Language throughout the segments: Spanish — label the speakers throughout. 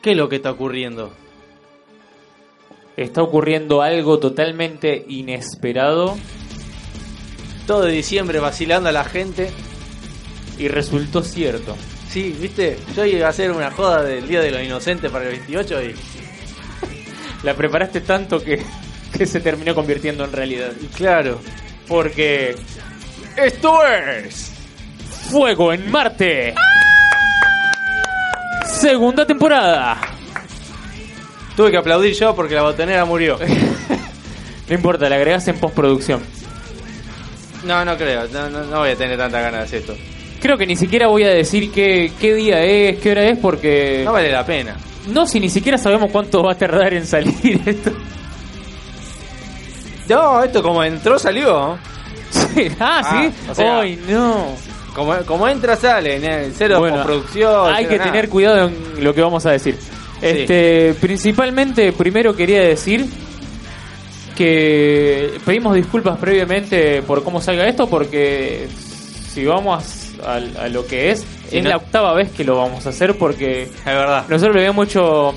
Speaker 1: ¿Qué es lo que está ocurriendo?
Speaker 2: Está ocurriendo algo totalmente inesperado
Speaker 1: Todo de diciembre vacilando a la gente.
Speaker 2: y resultó cierto.
Speaker 1: Sí, viste, yo iba a hacer una joda del Día de los Inocentes para el 28 y,
Speaker 2: La preparaste tanto que, que se terminó convirtiendo en realidad.
Speaker 1: y claro,
Speaker 2: Porque esto es Fuego en Marte. Segunda temporada.
Speaker 1: tuve que aplaudir yo porque la botonera murió.
Speaker 2: No importa, la agregás en postproducción.
Speaker 1: No, no creo, no, no, no voy a tener tantas ganas de hacer esto.
Speaker 2: Creo que ni siquiera voy a decir qué, qué día es, qué hora es, porque...
Speaker 1: No vale la pena.
Speaker 2: No, si ni siquiera sabemos cuánto va a tardar en salir esto.
Speaker 1: No, esto como entró salió.
Speaker 2: ah, sí.
Speaker 1: Ah, o sea-
Speaker 2: Ay, no.
Speaker 1: Como, como entra sale, ne- cero
Speaker 2: Bueno,
Speaker 1: producción.
Speaker 2: Hay que tener cuidado en lo que vamos a decir. Este, principalmente, primero quería decir que pedimos disculpas previamente por cómo salga esto, porque si vamos a, a lo que es,
Speaker 1: Si
Speaker 2: es
Speaker 1: no-
Speaker 2: la octava vez que lo vamos a hacer, porque
Speaker 1: Es verdad.
Speaker 2: nosotros lo habíamos hecho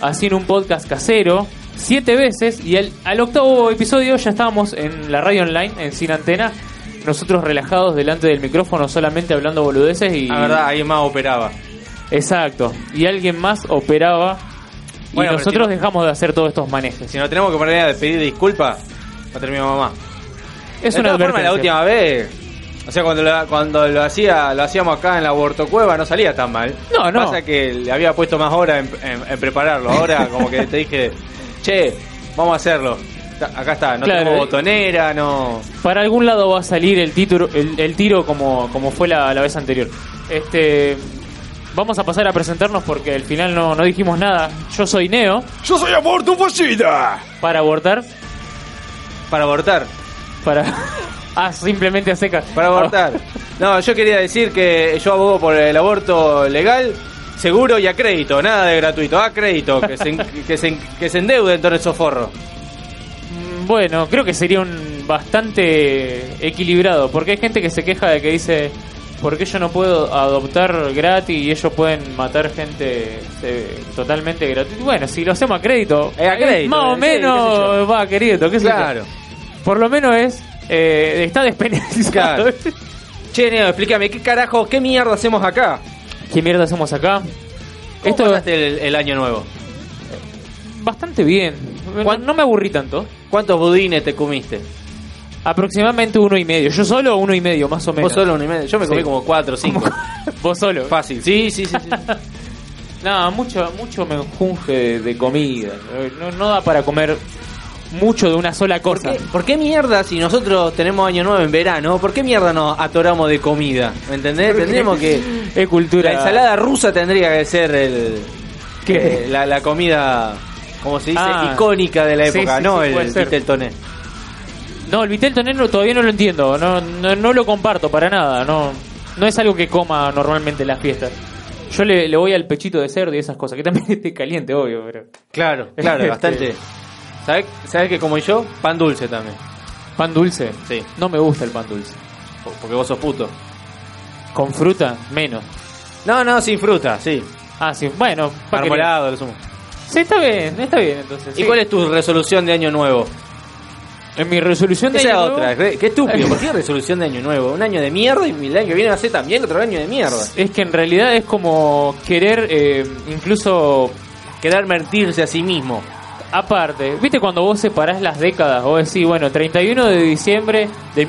Speaker 2: así en un podcast casero siete veces y al, al octavo episodio ya estábamos en la radio online, en Sin Antena, nosotros relajados delante del micrófono solamente hablando boludeces y...
Speaker 1: La Ah, verdad, alguien más operaba.
Speaker 2: Exacto. Y alguien más operaba
Speaker 1: Bueno,
Speaker 2: y
Speaker 1: pero
Speaker 2: nosotros
Speaker 1: si no-
Speaker 2: dejamos de hacer todos estos manejos.
Speaker 1: Si no tenemos que poner a pedir disculpas, no terminamos más.
Speaker 2: es
Speaker 1: de
Speaker 2: una
Speaker 1: todas formas,
Speaker 2: advertencia.
Speaker 1: la última vez, o sea, cuando lo, cuando lo hacía, lo hacíamos acá en la huertocueva, no salía tan mal.
Speaker 2: No, no.
Speaker 1: Pasa que le había puesto más horas en, en- en prepararlo. Ahora, como que te dije, che, vamos a hacerlo. Ta- Acá está, no
Speaker 2: Claro,
Speaker 1: tenemos
Speaker 2: eh.
Speaker 1: botonera, no.
Speaker 2: Para algún lado va a salir el, título, el, el tiro como, como fue la, la vez anterior. Este, vamos a pasar a presentarnos porque al final no, no dijimos nada. Yo soy Neo,
Speaker 1: Yo soy aborto fascista.
Speaker 2: para abortar,
Speaker 1: Para abortar.
Speaker 2: para... ah, simplemente a secas.
Speaker 1: Para abortar.
Speaker 2: Ah.
Speaker 1: No, yo quería decir que yo abogo por el aborto legal, seguro y a crédito, nada de gratuito, a crédito, que se, en- que se, en- que se endeuden todos esos forros.
Speaker 2: Mm, Bueno, creo que sería un bastante equilibrado, porque hay gente que se queja de que dice, ¿por qué yo no puedo adoptar gratis y ellos pueden matar gente eh, totalmente gratis? Bueno, si lo hacemos a crédito,
Speaker 1: Eh, a
Speaker 2: eh,
Speaker 1: crédito,
Speaker 2: más o
Speaker 1: eh, sí, qué sé
Speaker 2: menos
Speaker 1: yo.
Speaker 2: va a crédito, qué sé yo.
Speaker 1: Claro.
Speaker 2: Por lo menos es, eh, está despenalizado.
Speaker 1: Claro. Che, Neo, explícame, ¿qué carajo, qué mierda hacemos acá?
Speaker 2: ¿Qué mierda hacemos acá?
Speaker 1: ¿Cómo
Speaker 2: Esto
Speaker 1: pasaste el, el año nuevo?
Speaker 2: bastante bien. No,
Speaker 1: ¿Cuán-
Speaker 2: no me aburrí tanto.
Speaker 1: ¿Cuántos budines te comiste?
Speaker 2: Aproximadamente uno y medio. Yo solo uno y medio, más o menos.
Speaker 1: Vos solo uno y medio. Yo me comí
Speaker 2: Sí.
Speaker 1: como cuatro o cinco.
Speaker 2: Vos solo.
Speaker 1: Fácil. Sí, sí, sí. sí.
Speaker 2: Nada, mucho, mucho menjunje de, de comida. No, no da para comer mucho de una sola
Speaker 1: ¿Por,
Speaker 2: cosa.
Speaker 1: qué, por qué mierda, si nosotros tenemos año nuevo en verano, por qué mierda nos atoramos de comida? ¿Me entendés? Eh, Tendríamos que...
Speaker 2: Es cultura.
Speaker 1: La ensalada rusa tendría que ser el,
Speaker 2: ¿Qué?
Speaker 1: eh, la, la comida, como se dice,
Speaker 2: Ah.
Speaker 1: icónica de la
Speaker 2: Sí,
Speaker 1: época,
Speaker 2: sí,
Speaker 1: no
Speaker 2: sí,
Speaker 1: el
Speaker 2: puede ser.
Speaker 1: viste, el toné.
Speaker 2: No, el vitel tonero todavía no lo entiendo. No, no, no lo comparto para nada. No, no es algo que coma normalmente en las fiestas. Yo le, le voy al pechito de cerdo y esas cosas, que también esté caliente, obvio, pero.
Speaker 1: Claro, claro, bastante. ¿Sabes sabés que como yo? Pan dulce también.
Speaker 2: Pan dulce.
Speaker 1: Sí.
Speaker 2: No me gusta el pan dulce.
Speaker 1: po- Porque vos sos puto.
Speaker 2: Con fruta, menos.
Speaker 1: No, no, sin fruta, sí.
Speaker 2: Ah, sí, bueno, pa' que-
Speaker 1: Marmolado, lo sumo.
Speaker 2: Sí, está bien, está bien entonces.
Speaker 1: ¿Y
Speaker 2: sí.
Speaker 1: cuál es tu resolución de año nuevo?
Speaker 2: En mi resolución de
Speaker 1: Esa es
Speaker 2: año nuevo,
Speaker 1: otra. Qué qué estúpido. ¿Por qué resolución de año nuevo? Un año de mierda y el año que viene va a ser también otro año de mierda.
Speaker 2: Es que en realidad es como querer eh, incluso
Speaker 1: Querer mentirse a sí mismo.
Speaker 2: aparte. ¿Viste cuando vos separás las décadas? Vos decís, bueno, 31 de diciembre de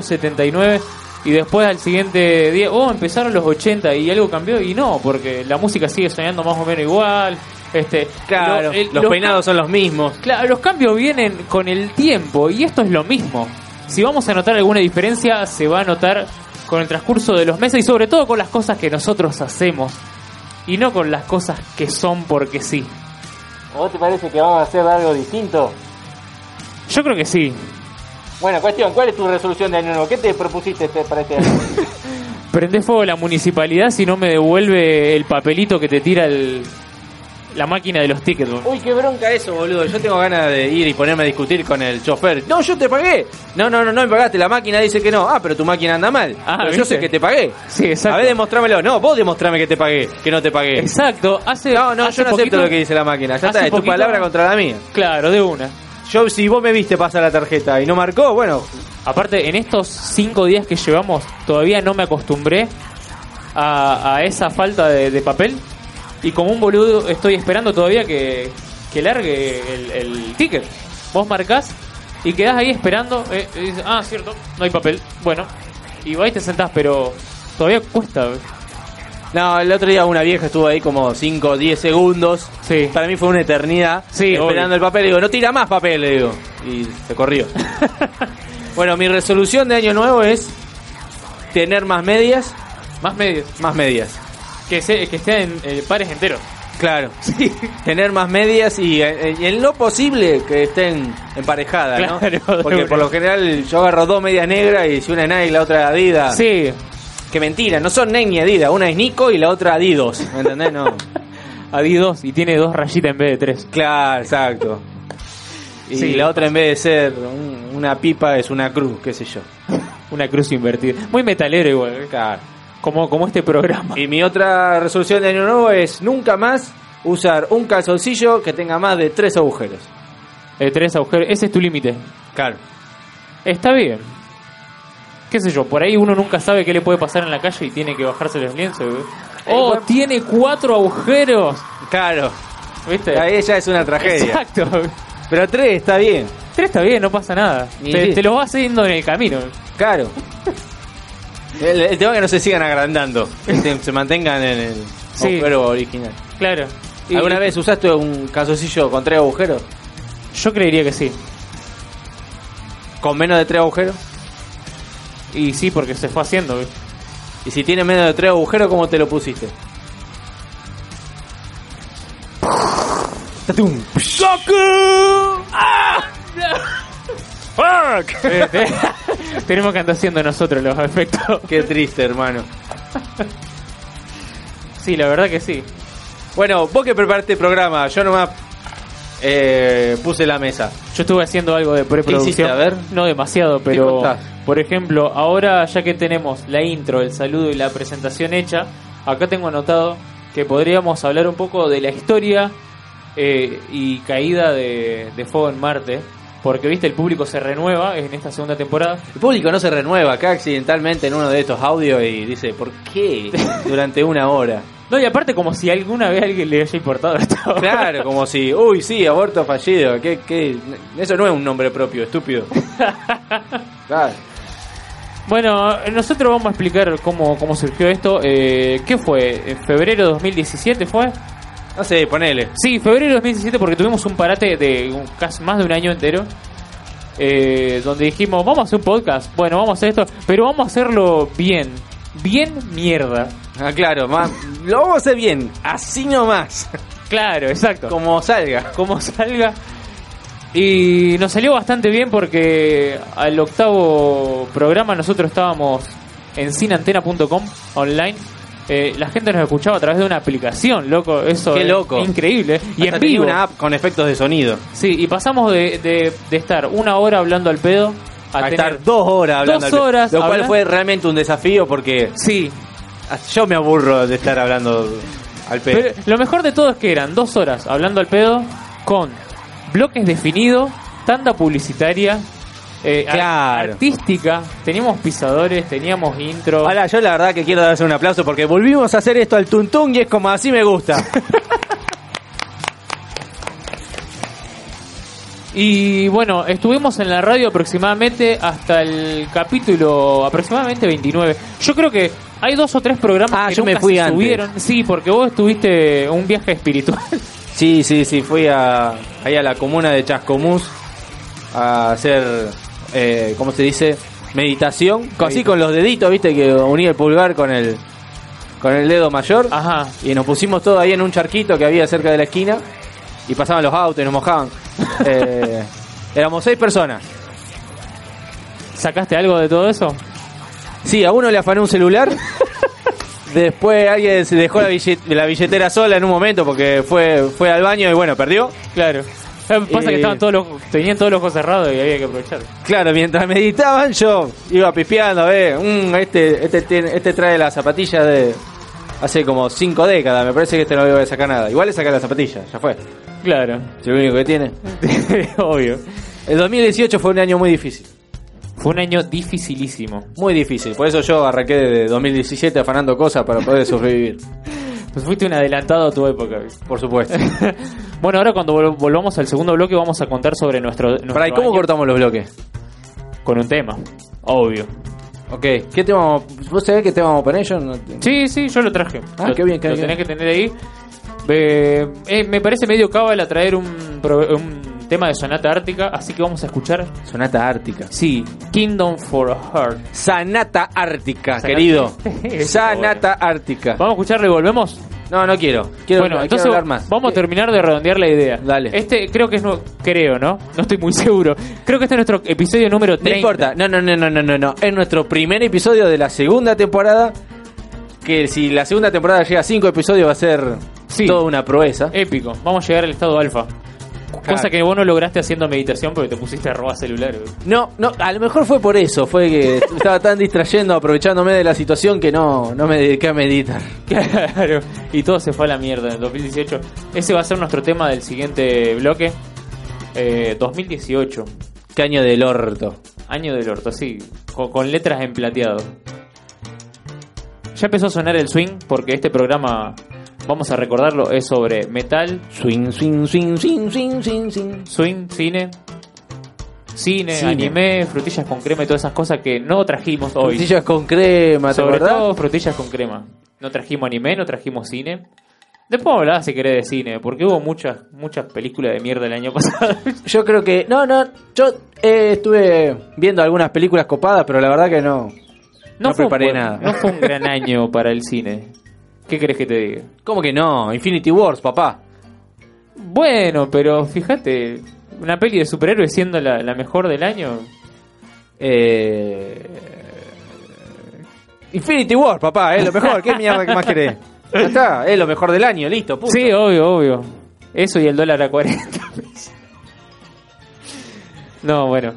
Speaker 2: 1979 y después al siguiente día, oh, empezaron los 80 y algo cambió y no, porque la música sigue sonando más o menos igual. Este,
Speaker 1: Claro,
Speaker 2: lo- el-
Speaker 1: los
Speaker 2: los
Speaker 1: peinados son los mismos.
Speaker 2: Claro, los cambios vienen con el tiempo y esto es lo mismo. Si vamos a notar alguna diferencia, se va a notar con el transcurso de los meses y sobre todo con las cosas que nosotros hacemos y no con las cosas que son porque sí.
Speaker 1: ¿A vos te parece que vamos a hacer algo distinto?
Speaker 2: Yo creo que sí.
Speaker 1: Bueno, cuestión, ¿cuál es tu resolución de año nuevo? ¿Qué te propusiste este- para este año?
Speaker 2: Prende fuego la municipalidad si no me devuelve el papelito que te tira el, la máquina de los tickets. boludo.
Speaker 1: Uy, qué bronca eso, boludo. Yo tengo ganas de ir y ponerme a discutir con el chofer. No, yo te pagué. No, no, no, no me pagaste. La máquina dice que no. Ah, pero tu máquina anda mal.
Speaker 2: Ah,
Speaker 1: pero yo
Speaker 2: ¿viste?
Speaker 1: sé que te pagué.
Speaker 2: Sí,
Speaker 1: A
Speaker 2: exacto.
Speaker 1: ver, demostrámelo. No, vos demostrame que te pagué, que no te pagué.
Speaker 2: Exacto. Hace,
Speaker 1: No, no,
Speaker 2: hace
Speaker 1: yo no acepto
Speaker 2: poquito-
Speaker 1: lo que dice la máquina. Ya
Speaker 2: hace
Speaker 1: está, es tu
Speaker 2: poquito-
Speaker 1: palabra contra la mía.
Speaker 2: Claro, de una.
Speaker 1: Yo, si vos me viste pasar la tarjeta y no marcó, bueno,
Speaker 2: Aparte, en estos cinco días que llevamos, todavía no me acostumbré a, a esa falta de, de papel. Y como un boludo, estoy esperando todavía que, que largue el, el ticket. Vos marcás y quedás ahí esperando. eh, y dices, ah, cierto, no hay papel. Bueno, y vais y te sentás, pero todavía cuesta. eh,
Speaker 1: No, el otro día una vieja estuvo ahí como 5 o 10 segundos.
Speaker 2: Sí.
Speaker 1: Para mí fue una eternidad.
Speaker 2: Sí,
Speaker 1: Esperando
Speaker 2: obvio.
Speaker 1: el papel. Le digo, no tira más papel, le digo. Y se corrió. bueno, mi resolución de año nuevo es tener más medias,
Speaker 2: Más medios.
Speaker 1: más medias.
Speaker 2: Que, se, que estén eh, pares enteros.
Speaker 1: Claro. Tener más medias y, eh, y en lo posible que estén emparejadas, ¿no?
Speaker 2: Claro, de
Speaker 1: Porque
Speaker 2: una.
Speaker 1: por lo general yo agarro dos medias negras y si una es Nike y la otra Adidas.
Speaker 2: Sí.
Speaker 1: Que mentira, no son Nike ni Adidas. Una es Nico y la otra Adidos. ¿Entendés? No.
Speaker 2: Adi dos y tiene dos rayitas en vez de tres.
Speaker 1: Claro, exacto. Y
Speaker 2: Sí,
Speaker 1: la otra en vez de ser un- una pipa es una cruz, qué sé yo.
Speaker 2: Una cruz invertida. Muy metalero igual. eh.
Speaker 1: Claro.
Speaker 2: Como, como este programa.
Speaker 1: Y mi otra resolución de año nuevo es nunca más usar un calzoncillo que tenga más de tres agujeros.
Speaker 2: Eh, tres agujeros. Ese es tu límite.
Speaker 1: Claro.
Speaker 2: Está bien. Qué sé yo, por ahí uno nunca sabe qué le puede pasar en la calle y tiene que bajarse los lienzos. güey. ¡Oh,
Speaker 1: bueno.
Speaker 2: tiene cuatro agujeros!
Speaker 1: Claro.
Speaker 2: ¿Viste?
Speaker 1: Ahí ya es una tragedia.
Speaker 2: Exacto.
Speaker 1: Pero tres está bien.
Speaker 2: Tres está bien, no pasa nada.
Speaker 1: Y
Speaker 2: Te,
Speaker 1: sí.
Speaker 2: te lo vas haciendo en el camino.
Speaker 1: Claro. El, el tema es que no se sigan agrandando, que se, se mantengan en el
Speaker 2: Sí.
Speaker 1: agujero original.
Speaker 2: Claro. Y-
Speaker 1: ¿Alguna vez usaste un calzoncillo con tres agujeros?
Speaker 2: Yo creería que sí.
Speaker 1: ¿Con menos de tres agujeros?
Speaker 2: Y sí, porque se fue haciendo. güey.
Speaker 1: Y si tiene menos de tres agujeros, ¿cómo te lo pusiste? ¡Tatum!
Speaker 2: Este, Tenemos que andar haciendo nosotros los efectos.
Speaker 1: Qué triste, hermano.
Speaker 2: Sí, la verdad que sí.
Speaker 1: Bueno, vos que preparaste el programa, yo nomás eh, puse la mesa.
Speaker 2: Yo estuve haciendo algo de
Speaker 1: ¿Qué hiciste?
Speaker 2: preproducción.
Speaker 1: A ver.
Speaker 2: No demasiado, pero
Speaker 1: contás?
Speaker 2: por ejemplo, ahora ya que tenemos la intro, el saludo y la presentación hecha, acá tengo anotado que podríamos hablar un poco de la historia eh, y caída de, de Fuego en Marte, porque viste el público se renueva en esta segunda temporada.
Speaker 1: El público no se renueva acá accidentalmente en uno de estos audios y dice, ¿por qué? Durante una hora.
Speaker 2: No y aparte como si alguna vez a alguien le haya importado esto.
Speaker 1: Claro, como si, uy, sí, aborto fallido. ¿qué, qué? Eso no es un nombre propio, estúpido. Claro.
Speaker 2: Bueno, nosotros vamos a explicar cómo, cómo surgió esto. Eh, ¿Qué fue? ¿En febrero de 2017 fue?
Speaker 1: No sé, ponele.
Speaker 2: Sí, febrero de 2017 porque tuvimos un parate de un- casi más de un año entero. eh, donde dijimos, vamos a hacer un podcast, bueno, vamos a hacer esto, pero vamos a hacerlo bien. Bien mierda.
Speaker 1: Ah, claro, más, lo vamos a hacer bien, así nomás,
Speaker 2: Claro, exacto. Como,
Speaker 1: como salga.
Speaker 2: salga. Y nos salió bastante bien porque al octavo programa nosotros estábamos en sinantena.com online eh, la gente nos escuchaba a través de una aplicación, loco. Eso
Speaker 1: Qué
Speaker 2: es
Speaker 1: loco.
Speaker 2: increíble. Y
Speaker 1: Hasta
Speaker 2: en
Speaker 1: tenía
Speaker 2: vivo.
Speaker 1: una app con efectos de sonido.
Speaker 2: Sí, y pasamos de, de- de estar una hora hablando al pedo a,
Speaker 1: A,
Speaker 2: tener-
Speaker 1: estar dos horas hablando.
Speaker 2: dos
Speaker 1: al pe-
Speaker 2: horas
Speaker 1: Lo cual
Speaker 2: hablando.
Speaker 1: fue realmente un desafío porque
Speaker 2: Sí,
Speaker 1: yo me aburro de estar hablando al pedo.
Speaker 2: Pero lo mejor de todo es que eran dos horas hablando al pedo con bloques definidos, tanda publicitaria, eh, ar-
Speaker 1: Claro.
Speaker 2: artística, teníamos pisadores, teníamos intro.
Speaker 1: Ahora, yo la verdad que quiero darse un aplauso porque volvimos a hacer esto al tuntún y es como así me gusta.
Speaker 2: Y bueno, estuvimos en la radio aproximadamente hasta el capítulo aproximadamente 29. Yo creo que hay dos o tres programas
Speaker 1: Ah,
Speaker 2: que
Speaker 1: yo me
Speaker 2: nunca
Speaker 1: fui
Speaker 2: se
Speaker 1: antes.
Speaker 2: subieron. Sí, porque vos estuviste un viaje espiritual.
Speaker 1: Sí, sí, sí, fui a, ahí a la comuna de Chascomús a hacer, eh, ¿cómo se dice? Meditación. Con- Así con los deditos, viste, que uní el pulgar con el, con el dedo mayor.
Speaker 2: Ajá.
Speaker 1: Y nos pusimos todo ahí en un charquito que había cerca de la esquina. Y pasaban los autos y nos mojaban. Eh, éramos seis personas.
Speaker 2: ¿Sacaste algo de todo eso?
Speaker 1: Sí, a uno le afanó un celular. Después alguien se dejó la, billet- la billetera sola en un momento porque fue, fue al baño y bueno, perdió.
Speaker 2: Claro. Pasa
Speaker 1: Eh,
Speaker 2: que estaban todos los, tenían todos los ojos cerrados y había que aprovechar.
Speaker 1: Claro, mientras meditaban yo iba pispeando, a ver, mm, este, este, tiene- este trae la zapatilla de hace como cinco décadas, me parece que este no le voy a sacar nada. Igual le saca la zapatilla, ya fue.
Speaker 2: Claro.
Speaker 1: Es lo único que tiene.
Speaker 2: Obvio.
Speaker 1: El 2018 fue un año muy difícil,
Speaker 2: Fue un año dificilísimo.
Speaker 1: muy difícil. Por eso yo arranqué desde 2017 afanando cosas para poder sobrevivir,
Speaker 2: Pues fuiste un adelantado a tu época. ¿viste?
Speaker 1: por supuesto.
Speaker 2: bueno, ahora cuando vol- volvamos al segundo bloque vamos a contar sobre nuestro, nuestro
Speaker 1: Para, ¿y cómo
Speaker 2: año
Speaker 1: cortamos los bloques?
Speaker 2: con un tema. Obvio.
Speaker 1: Ok, ¿qué tema vamos- ¿Vos sabés qué tema vamos a poner? Yo no-
Speaker 2: Sí, sí, yo lo traje.
Speaker 1: Ah,
Speaker 2: lo,
Speaker 1: qué bien, qué
Speaker 2: lo
Speaker 1: bien.
Speaker 2: tenés que tener ahí. Eh, eh, me parece medio cábala traer un, pro- un tema de Sonata Ártica, así que vamos a escuchar.
Speaker 1: Sonata Ártica.
Speaker 2: Sí, Kingdom for a Heart.
Speaker 1: Sanata Ártica,
Speaker 2: Sanata-
Speaker 1: querido. Sanata
Speaker 2: Sanata
Speaker 1: Ártica.
Speaker 2: Vamos a escucharlo y volvemos.
Speaker 1: No, no quiero. Quiero,
Speaker 2: bueno,
Speaker 1: quiero
Speaker 2: entonces
Speaker 1: hablar más.
Speaker 2: vamos a terminar de redondear la idea.
Speaker 1: Dale.
Speaker 2: Este creo que es nu- creo, ¿no? No estoy muy seguro. Creo que este es nuestro episodio número
Speaker 1: Eh, No
Speaker 2: 30.
Speaker 1: importa, no, no, no, no, no, no, no. Es nuestro primer episodio de la segunda temporada. Que si la segunda temporada llega a cinco episodios va a ser
Speaker 2: Sí.
Speaker 1: toda una proeza.
Speaker 2: Épico. Vamos a llegar al estado alfa. Cosa que vos no lograste haciendo meditación porque te pusiste a robar celular. güey.
Speaker 1: No, no, a lo mejor fue por eso, fue que estaba tan distrayendo, aprovechándome de la situación que no, no me dediqué a meditar.
Speaker 2: Claro. Y todo se fue a la mierda en el 2018. Ese va a ser nuestro tema del siguiente bloque. Eh, 2018.
Speaker 1: Caño del orto.
Speaker 2: Año del orto, sí. Con, con letras en plateado. Ya empezó a sonar el swing porque este programa, vamos a recordarlo, es sobre metal,
Speaker 1: Swing, swing, swing, swing, swing, swing, swing.
Speaker 2: swing, cine, cine,
Speaker 1: Cine.
Speaker 2: anime, frutillas con crema y todas esas cosas que no trajimos hoy.
Speaker 1: Frutillas con crema, ¿te
Speaker 2: sobre
Speaker 1: acordás?
Speaker 2: todo frutillas con crema. No trajimos anime, no trajimos cine. Después hablar si querés de cine, porque hubo muchas muchas películas de mierda el año pasado.
Speaker 1: Yo creo que. No, no, yo eh, estuve viendo algunas películas copadas, pero la verdad que no. No
Speaker 2: fue un
Speaker 1: preparé
Speaker 2: buen-
Speaker 1: nada.
Speaker 2: No fue un gran año para el cine. ¿Qué querés que te diga?
Speaker 1: ¿Cómo que no? Infinity Wars, papá.
Speaker 2: Bueno, pero fíjate, una peli de superhéroes siendo la, la mejor del año.
Speaker 1: Eh... Infinity War, papá, es lo mejor. ¿Qué mierda que más querés? Ya está, es lo mejor del año, listo, punto.
Speaker 2: Sí, obvio, obvio. Eso y el dólar a 40 pesos. No, bueno.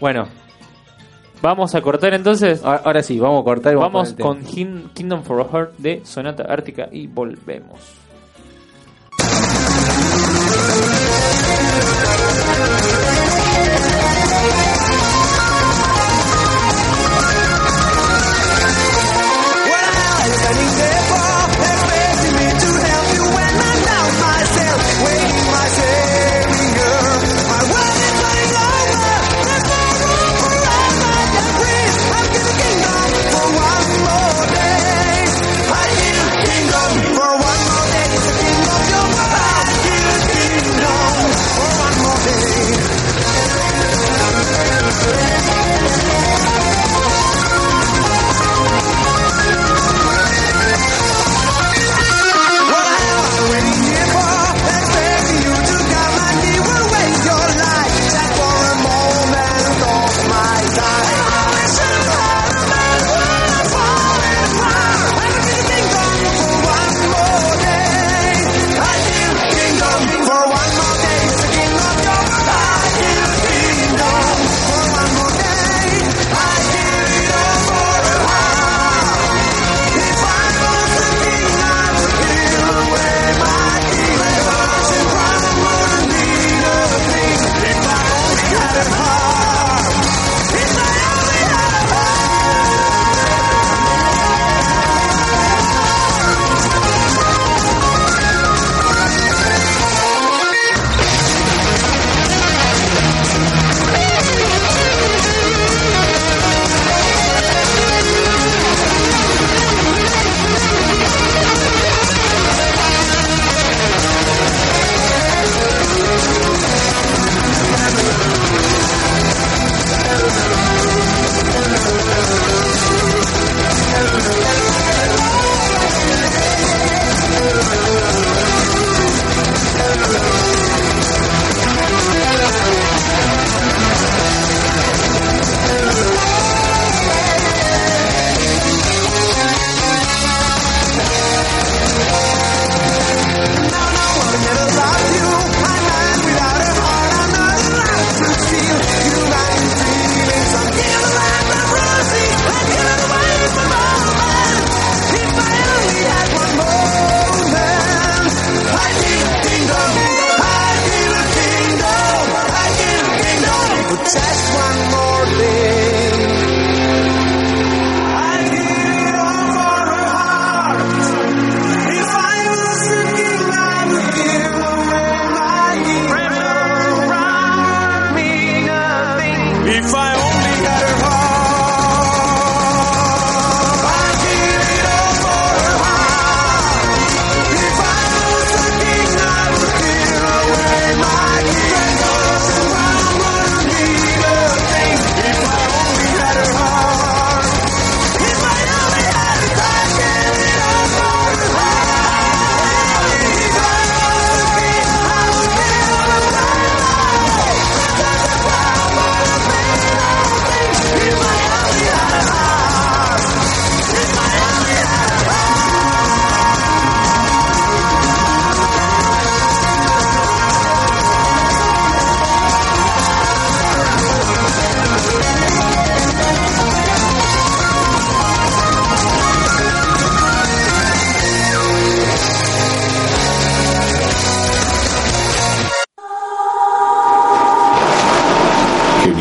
Speaker 1: Bueno,
Speaker 2: Vamos a cortar entonces.
Speaker 1: a- ahora sí, vamos a cortar y vamos,
Speaker 2: Vamos
Speaker 1: a poner el
Speaker 2: con Hin- Kingdom for a Heart de Sonata Ártica y volvemos.
Speaker 3: For one more day.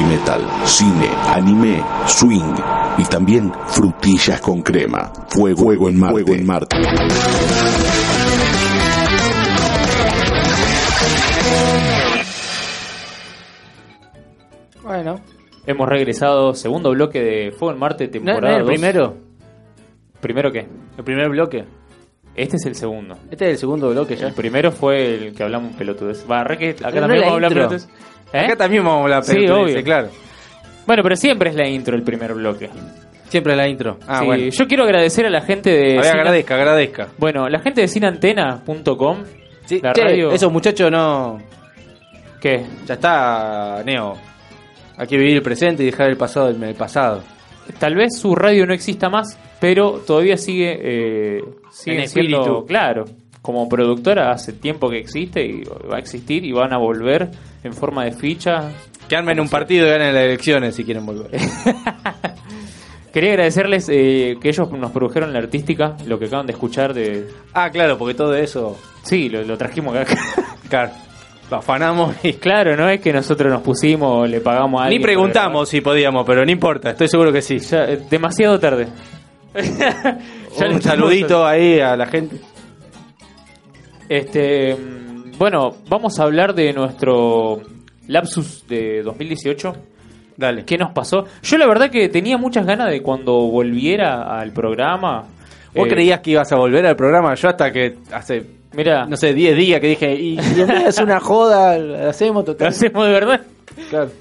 Speaker 3: metal, cine, anime, swing y también frutillas con crema. Fuego, fuego en Marte. Fuego en Marte.
Speaker 1: Bueno.
Speaker 2: Hemos regresado, segundo bloque de Fuego en Marte,
Speaker 1: ¿No,
Speaker 2: temporada
Speaker 1: no es el
Speaker 2: dos.
Speaker 1: primero?
Speaker 2: ¿Primero qué?
Speaker 1: ¿El primer bloque?
Speaker 2: Este es el segundo.
Speaker 1: Este es el segundo bloque ya.
Speaker 2: El primero fue el que hablamos pelotudes. Va, re que acá
Speaker 1: Pero no
Speaker 2: también
Speaker 1: la
Speaker 2: vamos a hablar
Speaker 1: intro.
Speaker 2: pelotudes. ¿Eh?
Speaker 1: Acá también vamos a hablar,
Speaker 2: Sí,
Speaker 1: pero tú
Speaker 2: obvio.
Speaker 1: dices, claro.
Speaker 2: Bueno, pero siempre es la intro el primer bloque.
Speaker 1: Siempre la intro. Ah,
Speaker 2: Sí,
Speaker 1: bueno.
Speaker 2: Yo quiero agradecer a la gente de...
Speaker 1: A ver,
Speaker 2: Cine-
Speaker 1: agradezca, agradezca.
Speaker 2: Bueno, la gente de sinantena.com.
Speaker 1: Sí,
Speaker 2: la
Speaker 1: che,
Speaker 2: radio...
Speaker 1: esos muchachos no...
Speaker 2: ¿Qué?
Speaker 1: Ya está, Neo. Hay que vivir el presente y dejar el pasado en el pasado.
Speaker 2: Tal vez su radio no exista más, pero todavía sigue, eh, sigue
Speaker 1: En
Speaker 2: siendo-
Speaker 1: espíritu.
Speaker 2: claro. Como productora hace tiempo que existe y va a existir y van a volver en forma de ficha.
Speaker 1: Que armen un partido y ganen las elecciones si quieren volver.
Speaker 2: Quería agradecerles eh, que ellos nos produjeron la artística, lo que acaban de escuchar de...
Speaker 1: ah, claro, porque todo eso...
Speaker 2: Sí, lo, lo trajimos acá.
Speaker 1: Claro, lo afanamos y...
Speaker 2: claro, no es que nosotros nos pusimos, o le pagamos a
Speaker 1: Ni
Speaker 2: alguien.
Speaker 1: preguntamos si podíamos, pero no importa, estoy seguro que sí.
Speaker 2: pero- Ya, eh, demasiado tarde. Ya
Speaker 1: Un
Speaker 2: le-
Speaker 1: saludito ahí a la gente.
Speaker 2: Este, mm, bueno, vamos a hablar de nuestro lapsus de 2018.
Speaker 1: Dale.
Speaker 2: ¿Qué nos pasó? Yo la verdad que tenía muchas ganas de cuando volviera al programa.
Speaker 1: ¿Vos
Speaker 2: eh,
Speaker 1: creías que ibas a volver al programa? Yo hasta que hace,
Speaker 2: Mira,
Speaker 1: no sé, 10 días que dije, y Dios mío, es una joda, la hacemos
Speaker 2: ¿lo
Speaker 1: total.
Speaker 2: hacemos de verdad?
Speaker 1: Claro.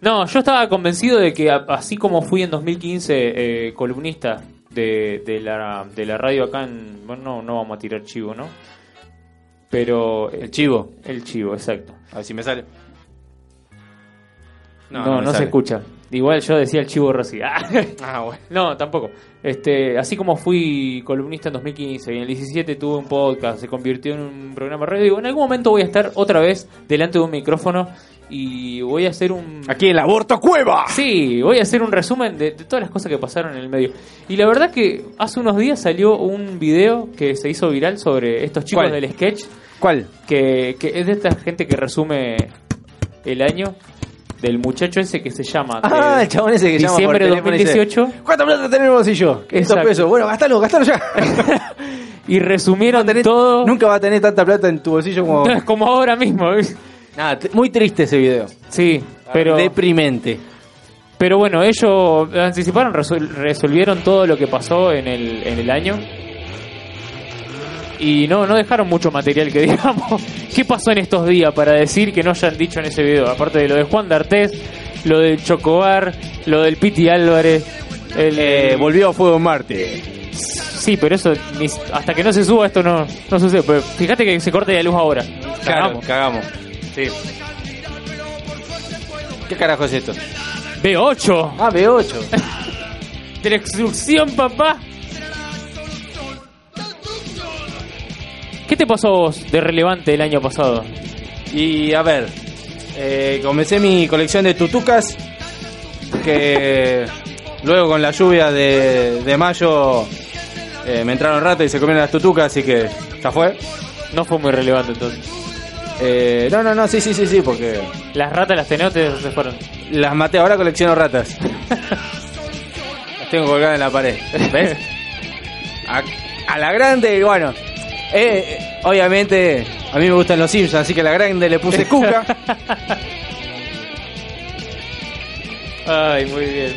Speaker 2: No, yo estaba convencido de que a- así como fui en 2015 eh, columnista de, de la, de la radio acá en... Bueno, no, no vamos a tirar chivo, ¿no? Pero...
Speaker 1: El
Speaker 2: El,
Speaker 1: chivo.
Speaker 2: chivo, exacto.
Speaker 1: A ver si me sale.
Speaker 2: No,
Speaker 1: me
Speaker 2: no, se
Speaker 1: sale.
Speaker 2: escucha. Igual yo decía el chivo Rossi. Ah.
Speaker 1: Ah, bueno.
Speaker 2: No, tampoco. Este, así como fui columnista en 2015 y en el 17 tuve un podcast, se convirtió en un programa de radio. Digo, en algún momento voy a estar otra vez delante de un micrófono y voy a hacer un
Speaker 1: Aquí en la aborto cueva.
Speaker 2: Sí, voy a hacer un resumen de, de todas las cosas que pasaron en el medio. Y la verdad que hace unos días salió un video que se hizo viral sobre estos chicos
Speaker 1: ¿Cuál?
Speaker 2: del sketch
Speaker 1: ¿Cuál?
Speaker 2: que, que es de esta gente que resume el año del muchacho ese que se llama
Speaker 1: Ah,
Speaker 2: de-
Speaker 1: el chabón ese que llama por
Speaker 2: diciembre de
Speaker 1: teléfono y dice,
Speaker 2: 2018
Speaker 1: ¿Cuánta plata tenés en el bolsillo? 500
Speaker 2: Exacto.
Speaker 1: pesos. Bueno, gastalo, gastalo ya.
Speaker 2: y resumieron
Speaker 1: Tenés-
Speaker 2: todo.
Speaker 1: Nunca va a tener tanta plata en tu bolsillo como...
Speaker 2: No, es como ahora mismo. ¿ves?
Speaker 1: Nada, t- muy triste ese video.
Speaker 2: Sí,
Speaker 1: Ah,
Speaker 2: pero,
Speaker 1: Deprimente.
Speaker 2: pero bueno, ellos anticiparon, resol- resolvieron todo lo que pasó en el, en el año. Y no, no dejaron mucho material que digamos. ¿Qué pasó en estos días para decir que no hayan dicho en ese video? Aparte de lo de Juan D'Artés, lo de Chocobar, lo del Piti Álvarez. El,
Speaker 1: Eh, volvió a Fuego en Marte.
Speaker 2: sí, pero eso, ni- hasta que no se suba esto no, no sucede. Pero fíjate que se corte la luz ahora.
Speaker 1: Claro,
Speaker 2: Cagamos.
Speaker 1: cagamos. Sí. ¿Qué carajo es esto?
Speaker 2: B8.
Speaker 1: Ah, B8.
Speaker 2: ¡De la extrusión, papá! ¿Qué te pasó a vos de relevante el año pasado?
Speaker 1: y a ver, eh, comencé mi colección de tutucas. Que luego con la lluvia de, de mayo eh, me entraron rato y se comieron las tutucas, así que ya fue.
Speaker 2: No fue muy relevante entonces.
Speaker 1: Eh, no, no, no, sí, sí, sí, sí, porque
Speaker 2: Las ratas las tenés o te se fueron.
Speaker 1: las maté. Ahora colecciono ratas. las tengo colgadas en la pared. ¿Ves? A, a la grande, y bueno. eh, eh, obviamente, a mí me gustan los Simpsons, así que a la grande le puse Cuca.
Speaker 2: Ay, muy bien.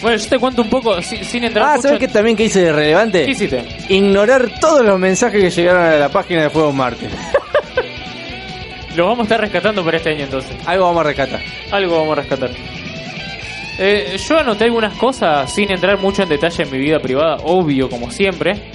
Speaker 2: Bueno, yo te cuento un poco, si- sin, entrar
Speaker 1: ah,
Speaker 2: mucho...
Speaker 1: ¿sabes qué también que hice de relevante?
Speaker 2: ¿Qué hiciste?
Speaker 1: Ignorar todos los mensajes que llegaron a la página de Fuego Marte.
Speaker 2: Lo vamos a estar rescatando para este año entonces.
Speaker 1: Algo vamos a rescatar.
Speaker 2: Algo vamos a rescatar. Eh, yo anoté algunas cosas sin entrar mucho en detalle en mi vida privada, obvio como siempre.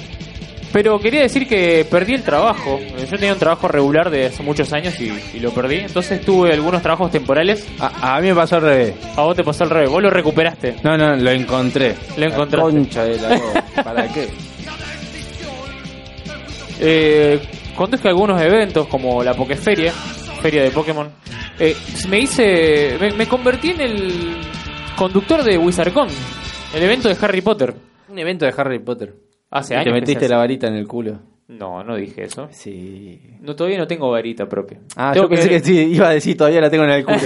Speaker 2: Pero quería decir que perdí el trabajo. Eh, Yo tenía un trabajo regular de hace muchos años y, y lo perdí. Entonces tuve algunos trabajos temporales.
Speaker 1: A, a mí me pasó al revés.
Speaker 2: A vos te pasó al revés. Vos lo recuperaste.
Speaker 1: No, no, lo encontré.
Speaker 2: Lo
Speaker 1: La
Speaker 2: encontraste.
Speaker 1: Concha de la lora. ¿Para qué?
Speaker 2: Eh, conduzco algunos eventos como la Pokeferia, Feria de Pokémon. Eh, me hice. Me, me convertí en el conductor de Wizardcon, el evento de Harry Potter.
Speaker 1: Un evento de Harry Potter.
Speaker 2: Hace
Speaker 1: Y
Speaker 2: años. que
Speaker 1: te
Speaker 2: se
Speaker 1: metiste
Speaker 2: hace.
Speaker 1: la varita en el culo.
Speaker 2: No, no dije eso.
Speaker 1: Sí.
Speaker 2: No, todavía no tengo varita propia.
Speaker 1: Ah,
Speaker 2: Tengo
Speaker 1: yo pensé que... sí, iba a decir, todavía la tengo en el culo.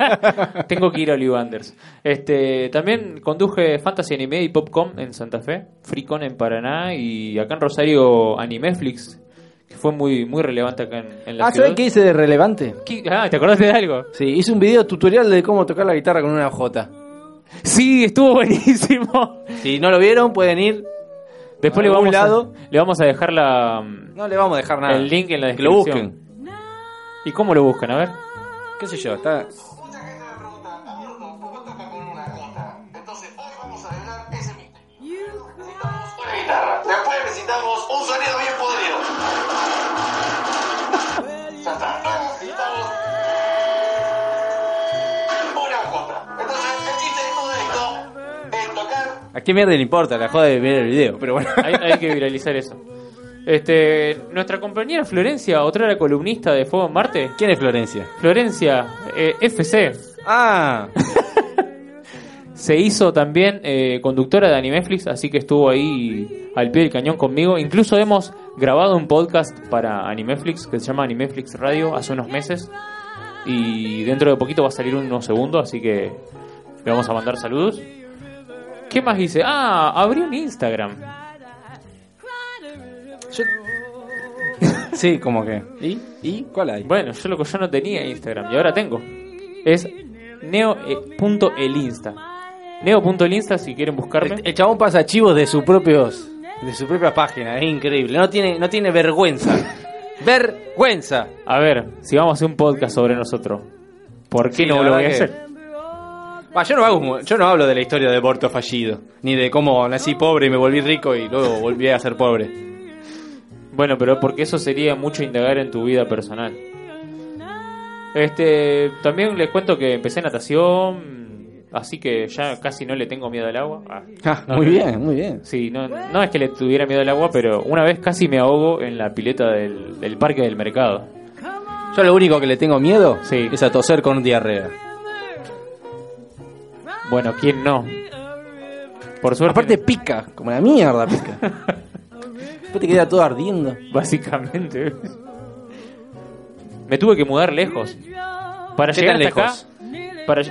Speaker 2: Tengo que ir a Olivanders. Este, también conduje Fantasy Anime y Popcom en Santa Fe, Freecon en Paraná y acá en Rosario Animeflix, que fue muy, muy relevante acá en, en la
Speaker 1: ah,
Speaker 2: ciudad.
Speaker 1: ¿sabés qué hice de relevante?
Speaker 2: ¿Qué? Ah, ¿te acordaste de algo?
Speaker 1: Sí, hice un video tutorial de cómo tocar la guitarra con una jota.
Speaker 2: Sí, estuvo buenísimo.
Speaker 1: Si no lo vieron, pueden ir.
Speaker 2: Después
Speaker 1: A
Speaker 2: le
Speaker 1: algún
Speaker 2: vamos,
Speaker 1: lado.
Speaker 2: A, le vamos a dejar la,
Speaker 1: No le vamos a dejar nada.
Speaker 2: el link en la
Speaker 1: Que lo
Speaker 2: descripción.
Speaker 1: busquen.
Speaker 2: ¿Y cómo lo buscan? A ver.
Speaker 1: ¿Qué sé yo? Está...
Speaker 4: Mucha gente me pregunta, Abierto, ¿por qué toca con una guitarra? Entonces, hoy vamos a arreglar ese misterio. Necesitamos una guitarra. Después necesitamos un sonido bien podrido. Ya está. Luego necesitamos una jota. Entonces, el chiste de todo esto es tocar
Speaker 1: ¿A qué mierda le importa? La joda de ver el video, pero bueno.
Speaker 2: Hay, hay que viralizar eso. Este, nuestra compañera Florencia, otra era columnista de Fuego en Marte.
Speaker 1: ¿Quién es Florencia?
Speaker 2: Florencia, eh, FC,
Speaker 1: Ah,
Speaker 2: se hizo también eh, conductora de Animeflix, así que estuvo ahí al pie del cañón conmigo. Incluso hemos grabado un podcast para Animeflix que se llama Animeflix Radio hace unos meses. Y dentro de poquito va a salir unos segundos, así que le vamos a mandar saludos. ¿Qué más hice? Ah, abrí un Instagram.
Speaker 1: sí, como que. ¿Y? ¿Y? ¿Cuál hay?
Speaker 2: Bueno, yo loco, yo no tenía Instagram y ahora tengo. Es eh, neo.elinsta. Neo.elinsta si quieren buscarme.
Speaker 1: El, el chabón pasa archivos de sus propios. De su propia página, es increíble. No tiene, no tiene vergüenza. ¡Vergüenza!
Speaker 2: A ver, si vamos a hacer un podcast sobre nosotros, ¿por qué
Speaker 1: Sí,
Speaker 2: no
Speaker 1: la
Speaker 2: lo voy a
Speaker 1: verdad que-
Speaker 2: hacer?
Speaker 1: Bah, yo, no hago mu- yo no hablo de la historia de aborto fallido, ni de cómo nací pobre y me volví rico y luego volví a ser pobre.
Speaker 2: Bueno, pero porque eso sería mucho indagar en tu vida personal. Este, también les cuento que empecé natación, así que ya casi no le tengo miedo al agua. Ah,
Speaker 1: muy bien, muy bien.
Speaker 2: sí, no, no es que le tuviera miedo al agua, pero una vez casi me ahogo en la pileta del, del parque del mercado.
Speaker 1: Yo lo único que le tengo miedo
Speaker 2: Sí.
Speaker 1: es a toser con diarrea.
Speaker 2: Bueno, ¿quién no? Por suerte,
Speaker 1: Aparte pica, como la mierda pica. Después te queda todo ardiendo.
Speaker 2: básicamente. Me tuve que mudar lejos. Para
Speaker 1: ¿Qué
Speaker 2: llegar
Speaker 1: tan
Speaker 2: hasta
Speaker 1: lejos?
Speaker 2: acá. Para, eh,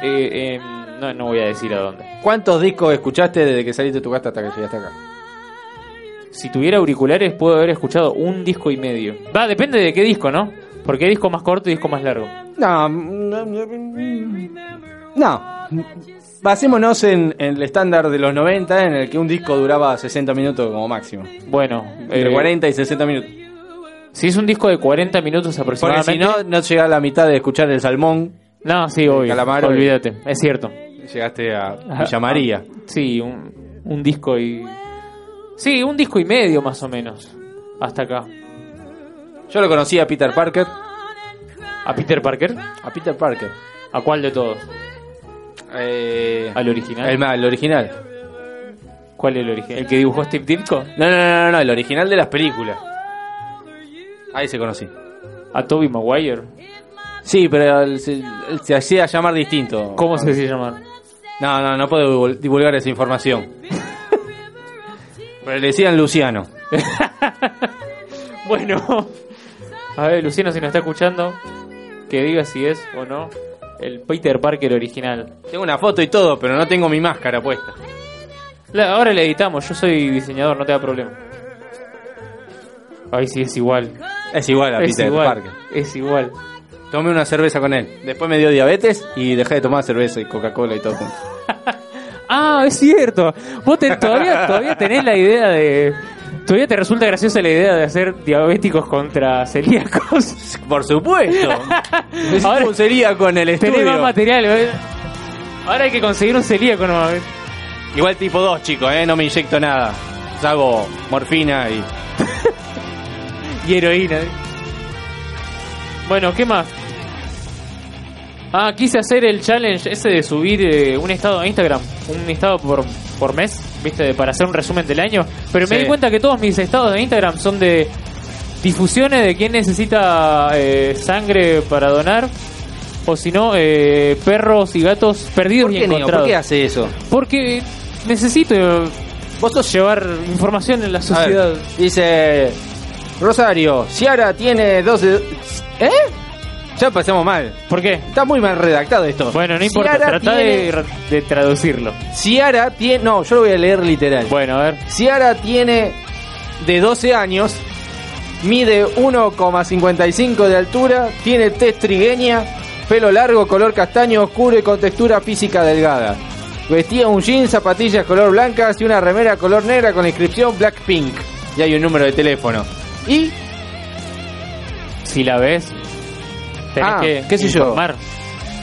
Speaker 2: eh, no, no voy a decir a dónde.
Speaker 1: ¿Cuántos discos escuchaste desde que saliste de tu casa hasta que llegaste acá?
Speaker 2: Si tuviera auriculares, puedo haber escuchado un disco y medio. Va, depende de qué disco, ¿no? Porque hay disco más corto y disco más largo.
Speaker 1: No, mm, no, no. no. Basémonos en, en el estándar de los 90, en el que un disco duraba 60 minutos como máximo.
Speaker 2: Bueno,
Speaker 1: Entre
Speaker 2: eh,
Speaker 1: 40 y 60 minutos.
Speaker 2: si es un disco de 40 minutos
Speaker 1: Porque
Speaker 2: aproximadamente.
Speaker 1: si no, no llegás a la mitad de escuchar el salmón,
Speaker 2: no, sí, obvio.
Speaker 1: calamar,
Speaker 2: Olvídate, es cierto.
Speaker 1: llegaste a Villa María.
Speaker 2: Sí, un, un disco y. Sí, un disco y medio más o menos. Hasta acá.
Speaker 1: Yo lo conocí a Peter Parker.
Speaker 2: ¿A Peter Parker?
Speaker 1: A Peter Parker.
Speaker 2: ¿A cuál de todos?
Speaker 1: Eh,
Speaker 2: ¿Al original?
Speaker 1: el, ma- el original.
Speaker 2: ¿Cuál es el original? ¿El que dibujó Steve Ditko?
Speaker 1: No, no, no, no, no, el original de las películas. Ahí se conocí.
Speaker 2: ¿A Toby Maguire?
Speaker 1: Sí, pero él se, él se hacía llamar distinto.
Speaker 2: ¿Cómo se decía llamar?
Speaker 1: No, no, no puedo divul- divulgar esa información. pero le decían Luciano.
Speaker 2: Bueno. A ver, Luciano, si nos está escuchando, que diga si es o no el Peter Parker original.
Speaker 1: Tengo una foto y todo, pero no tengo mi máscara puesta.
Speaker 2: La- ahora le editamos, yo soy diseñador, no te da problema. Ay, sí, es igual.
Speaker 1: Es igual a
Speaker 2: Es
Speaker 1: Peter
Speaker 2: igual.
Speaker 1: Parker.
Speaker 2: Es igual.
Speaker 1: Tomé una cerveza con él. Después me dio diabetes y dejé de tomar cerveza y Coca-Cola y todo. junto.
Speaker 2: Ah, es cierto. Vos te- todavía, todavía tenés la idea de. Todavía te resulta graciosa la idea de hacer diabéticos contra celíacos.
Speaker 1: Por supuesto.
Speaker 2: Ahora-
Speaker 1: Ahora sería con el
Speaker 2: Tenés más
Speaker 1: estudio.
Speaker 2: material, ¿eh? Ahora hay que conseguir un celíaco nomás. ¿eh?
Speaker 1: Igual tipo 2, chicos, ¿eh? No me inyecto nada. Hago morfina y...
Speaker 2: Y heroína. ¿eh? Bueno, ¿qué más? Ah, quise hacer el challenge ese de subir eh, un estado a Instagram, un estado por, por mes, ¿viste? Para hacer un resumen del año. Pero me
Speaker 1: Sí.
Speaker 2: di cuenta que todos mis estados de Instagram son de difusiones de quién necesita eh, sangre para donar. O si no, eh, perros y gatos perdidos
Speaker 1: ¿Por
Speaker 2: y
Speaker 1: qué, Neo? ¿Por
Speaker 2: encontrados.
Speaker 1: qué hace eso?
Speaker 2: Porque necesito eh,
Speaker 1: Vos sos...
Speaker 2: llevar información en la
Speaker 1: A ver,
Speaker 2: sociedad.
Speaker 1: dice... Rosario, Ciara tiene 12. ¿Eh? Ya pasamos mal.
Speaker 2: ¿Por qué?
Speaker 1: Está muy mal redactado esto.
Speaker 2: Bueno, no importa,
Speaker 1: Ciara
Speaker 2: trata
Speaker 1: tiene-
Speaker 2: de, de traducirlo.
Speaker 1: Ciara tiene. No, yo lo voy a leer literal.
Speaker 2: Bueno, a ver.
Speaker 1: Ciara tiene de 12 años, mide 1,55 de altura, tiene tez trigueña, pelo largo, color castaño oscuro y con textura física delgada. Vestía un jean, zapatillas color blancas y una remera color negra con la inscripción Blackpink. Y hay un número de teléfono. Y
Speaker 2: Si la ves, tenés
Speaker 1: Ah,
Speaker 2: que
Speaker 1: qué sé yo.
Speaker 2: informar.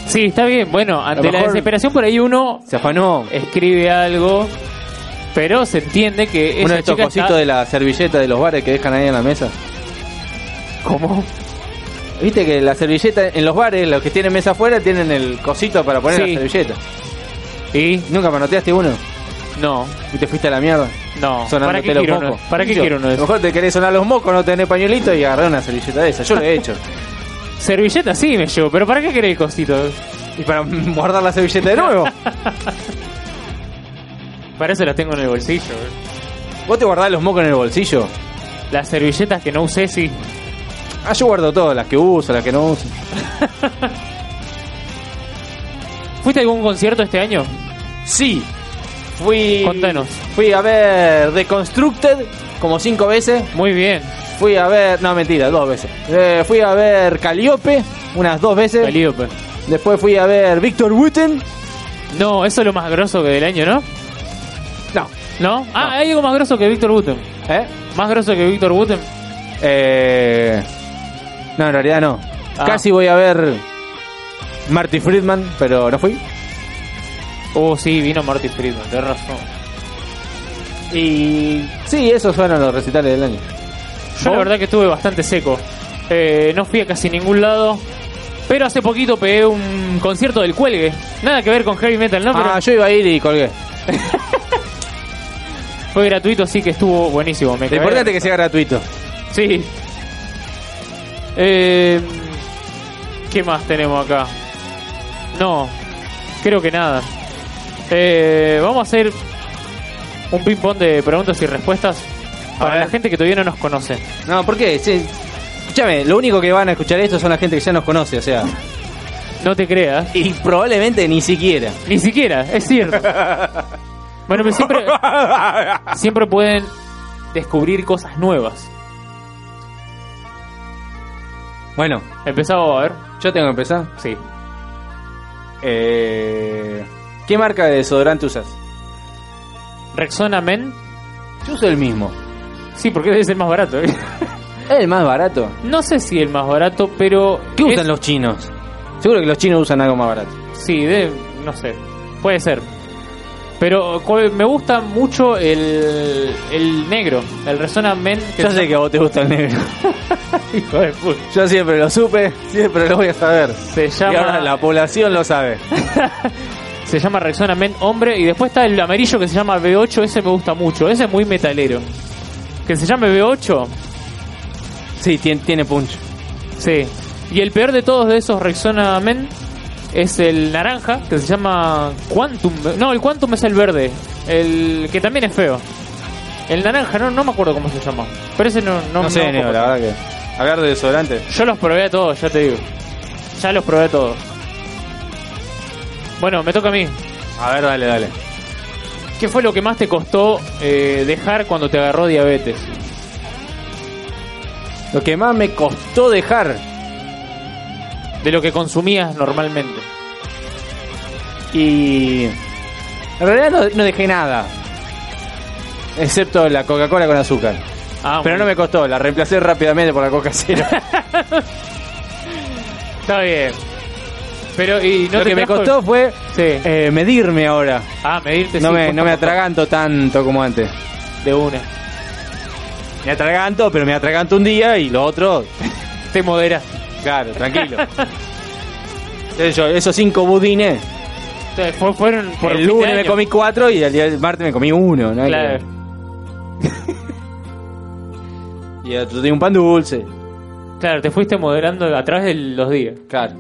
Speaker 2: Sí, está bien. Bueno, ante la
Speaker 1: mejor-
Speaker 2: desesperación por ahí uno
Speaker 1: se afanó
Speaker 2: escribe algo, pero se entiende que
Speaker 1: uno
Speaker 2: esa
Speaker 1: de estos
Speaker 2: chica
Speaker 1: cositos
Speaker 2: está-
Speaker 1: de la servilleta de los bares que dejan ahí en la mesa.
Speaker 2: ¿Cómo?
Speaker 1: Viste que la servilleta en los bares, los que tienen mesa afuera, tienen el cosito para poner
Speaker 2: Sí.
Speaker 1: la servilleta.
Speaker 2: ¿Y?
Speaker 1: ¿Nunca manoteaste uno?
Speaker 2: No,
Speaker 1: ¿Y te fuiste a la mierda?
Speaker 2: no. ¿Para qué
Speaker 1: Sonándote los
Speaker 2: quiero uno,
Speaker 1: mocos.
Speaker 2: ¿Para qué
Speaker 1: Yo,
Speaker 2: quiero uno de
Speaker 1: A lo
Speaker 2: esos?
Speaker 1: mejor te querés sonar los mocos, no tenés pañuelito y agarré una servilleta de esa. Yo lo he hecho.
Speaker 2: Servilleta sí me llevo, pero ¿para qué querés el cosito?
Speaker 1: Y para guardar la servilleta de nuevo.
Speaker 2: Para eso las tengo en el bolsillo.
Speaker 1: ¿Vos te guardás los mocos en el bolsillo?
Speaker 2: Las servilletas que no usé, sí.
Speaker 1: Ah, yo guardo todas, las que uso, las que no uso.
Speaker 2: ¿Fuiste a algún concierto este año?
Speaker 1: Sí. Fui.
Speaker 2: Contanos.
Speaker 1: Fui a ver Reconstructed como cinco veces.
Speaker 2: Muy bien.
Speaker 1: Fui a ver. No, mentira, dos veces. Eh, fui a ver Calliope unas dos veces.
Speaker 2: Calíope.
Speaker 1: Después fui a ver Victor Wooten.
Speaker 2: No, eso es lo más grosso que del año, ¿no?
Speaker 1: No.
Speaker 2: ¿No? Ah, hay algo más grosso que Víctor Wooten.
Speaker 1: ¿Eh?
Speaker 2: ¿Más grosso que Víctor Wooten?
Speaker 1: Eh, no, en realidad no.
Speaker 2: Ah.
Speaker 1: Casi voy a ver Marty Friedman, pero no fui.
Speaker 2: Oh, sí, vino Marty Friedman, tenés razón.
Speaker 1: Y sí, esos fueron los recitales del año.
Speaker 2: Yo la
Speaker 1: ¿Vos?
Speaker 2: verdad que estuve bastante seco. Eh, no fui a casi ningún lado. Pero hace poquito pegué un concierto del cuelgue. Nada que ver con heavy metal, ¿no?
Speaker 1: ah, yo iba a ir y colgué.
Speaker 2: Pero fue gratuito, así que estuvo buenísimo. Me
Speaker 1: Lo importante es que sea gratuito.
Speaker 2: Sí. Eh, ¿Qué más tenemos acá? No, creo que nada. Eh, vamos a hacer un ping-pong de preguntas y respuestas para
Speaker 1: ver.
Speaker 2: la gente que todavía no nos conoce.
Speaker 1: No, ¿por qué? Sí. Escúchame, lo único que van a escuchar esto son la gente que ya nos conoce, o sea.
Speaker 2: No te creas.
Speaker 1: Y probablemente ni siquiera.
Speaker 2: Ni siquiera, es cierto. Bueno, pero siempre, siempre pueden descubrir cosas nuevas.
Speaker 1: Bueno,
Speaker 2: Empezamos a ver.
Speaker 1: yo tengo que empezar.
Speaker 2: Sí.
Speaker 1: Eh, ¿Qué marca de desodorante usas?
Speaker 2: Rexona Men.
Speaker 1: Yo uso el mismo.
Speaker 2: Sí, porque debe ser más barato. ¿eh?
Speaker 1: ¿Es el más barato?
Speaker 2: No sé si el más barato, pero.
Speaker 1: ¿Qué usan
Speaker 2: es-
Speaker 1: los chinos? Seguro que los chinos usan algo más barato.
Speaker 2: Sí, de, no sé. Puede ser. Pero co- me gusta mucho el, el negro, el Resona Men. que-
Speaker 1: Yo sé que a vos te gusta el negro.
Speaker 2: Hijo de puta.
Speaker 1: Yo siempre lo supe, siempre lo voy a saber.
Speaker 2: Se
Speaker 1: Y ahora
Speaker 2: llama,
Speaker 1: la población lo sabe.
Speaker 2: se llama Rexona Men Hombre. Y después está el amarillo que se llama B8. Ese me gusta mucho. Ese es muy metalero. Que se llame B8.
Speaker 1: Sí, tiene, tiene punch.
Speaker 2: Sí. Y el peor de todos de esos Rexona Men es el naranja, que se llama Quantum. No, el Quantum es el verde, el que también es feo. El naranja, no, no me acuerdo cómo se llama. Pero ese no, no,
Speaker 1: No, sé,
Speaker 2: no-
Speaker 1: Neo, la verdad que. Hablar de desodorante.
Speaker 2: Yo los probé a todos, ya te digo. Ya los probé a todos. Bueno, me toca a mí.
Speaker 1: A ver, dale, dale.
Speaker 2: ¿Qué fue lo que más te costó eh, dejar cuando te agarró diabetes?
Speaker 1: Lo que más me costó dejar.
Speaker 2: De lo que consumías normalmente.
Speaker 1: Y. En realidad no, no dejé nada. Excepto la Coca-Cola con azúcar.
Speaker 2: Ah,
Speaker 1: Pero no me costó, la reemplacé rápidamente por la coca cero.
Speaker 2: Está bien. Pero, ¿y no
Speaker 1: Lo
Speaker 2: te
Speaker 1: que me
Speaker 2: trajo-
Speaker 1: costó fue
Speaker 2: Sí.
Speaker 1: eh, medirme ahora.
Speaker 2: Ah, medirte
Speaker 1: No
Speaker 2: sí,
Speaker 1: me,
Speaker 2: por
Speaker 1: no me
Speaker 2: favor.
Speaker 1: atraganto tanto como antes.
Speaker 2: De una.
Speaker 1: Me atraganto, pero me atraganto un día y lo otro,
Speaker 2: Te moderas.
Speaker 1: claro, tranquilo. Eso- esos cinco budines,
Speaker 2: Te- fue- Fueron por
Speaker 1: el
Speaker 2: fin de
Speaker 1: lunes me
Speaker 2: año.
Speaker 1: comí cuatro y el día del martes me comí uno. ¿no?
Speaker 2: Claro.
Speaker 1: Y el otro día un pan dulce.
Speaker 2: Claro, te fuiste moderando a través de los días.
Speaker 1: Claro.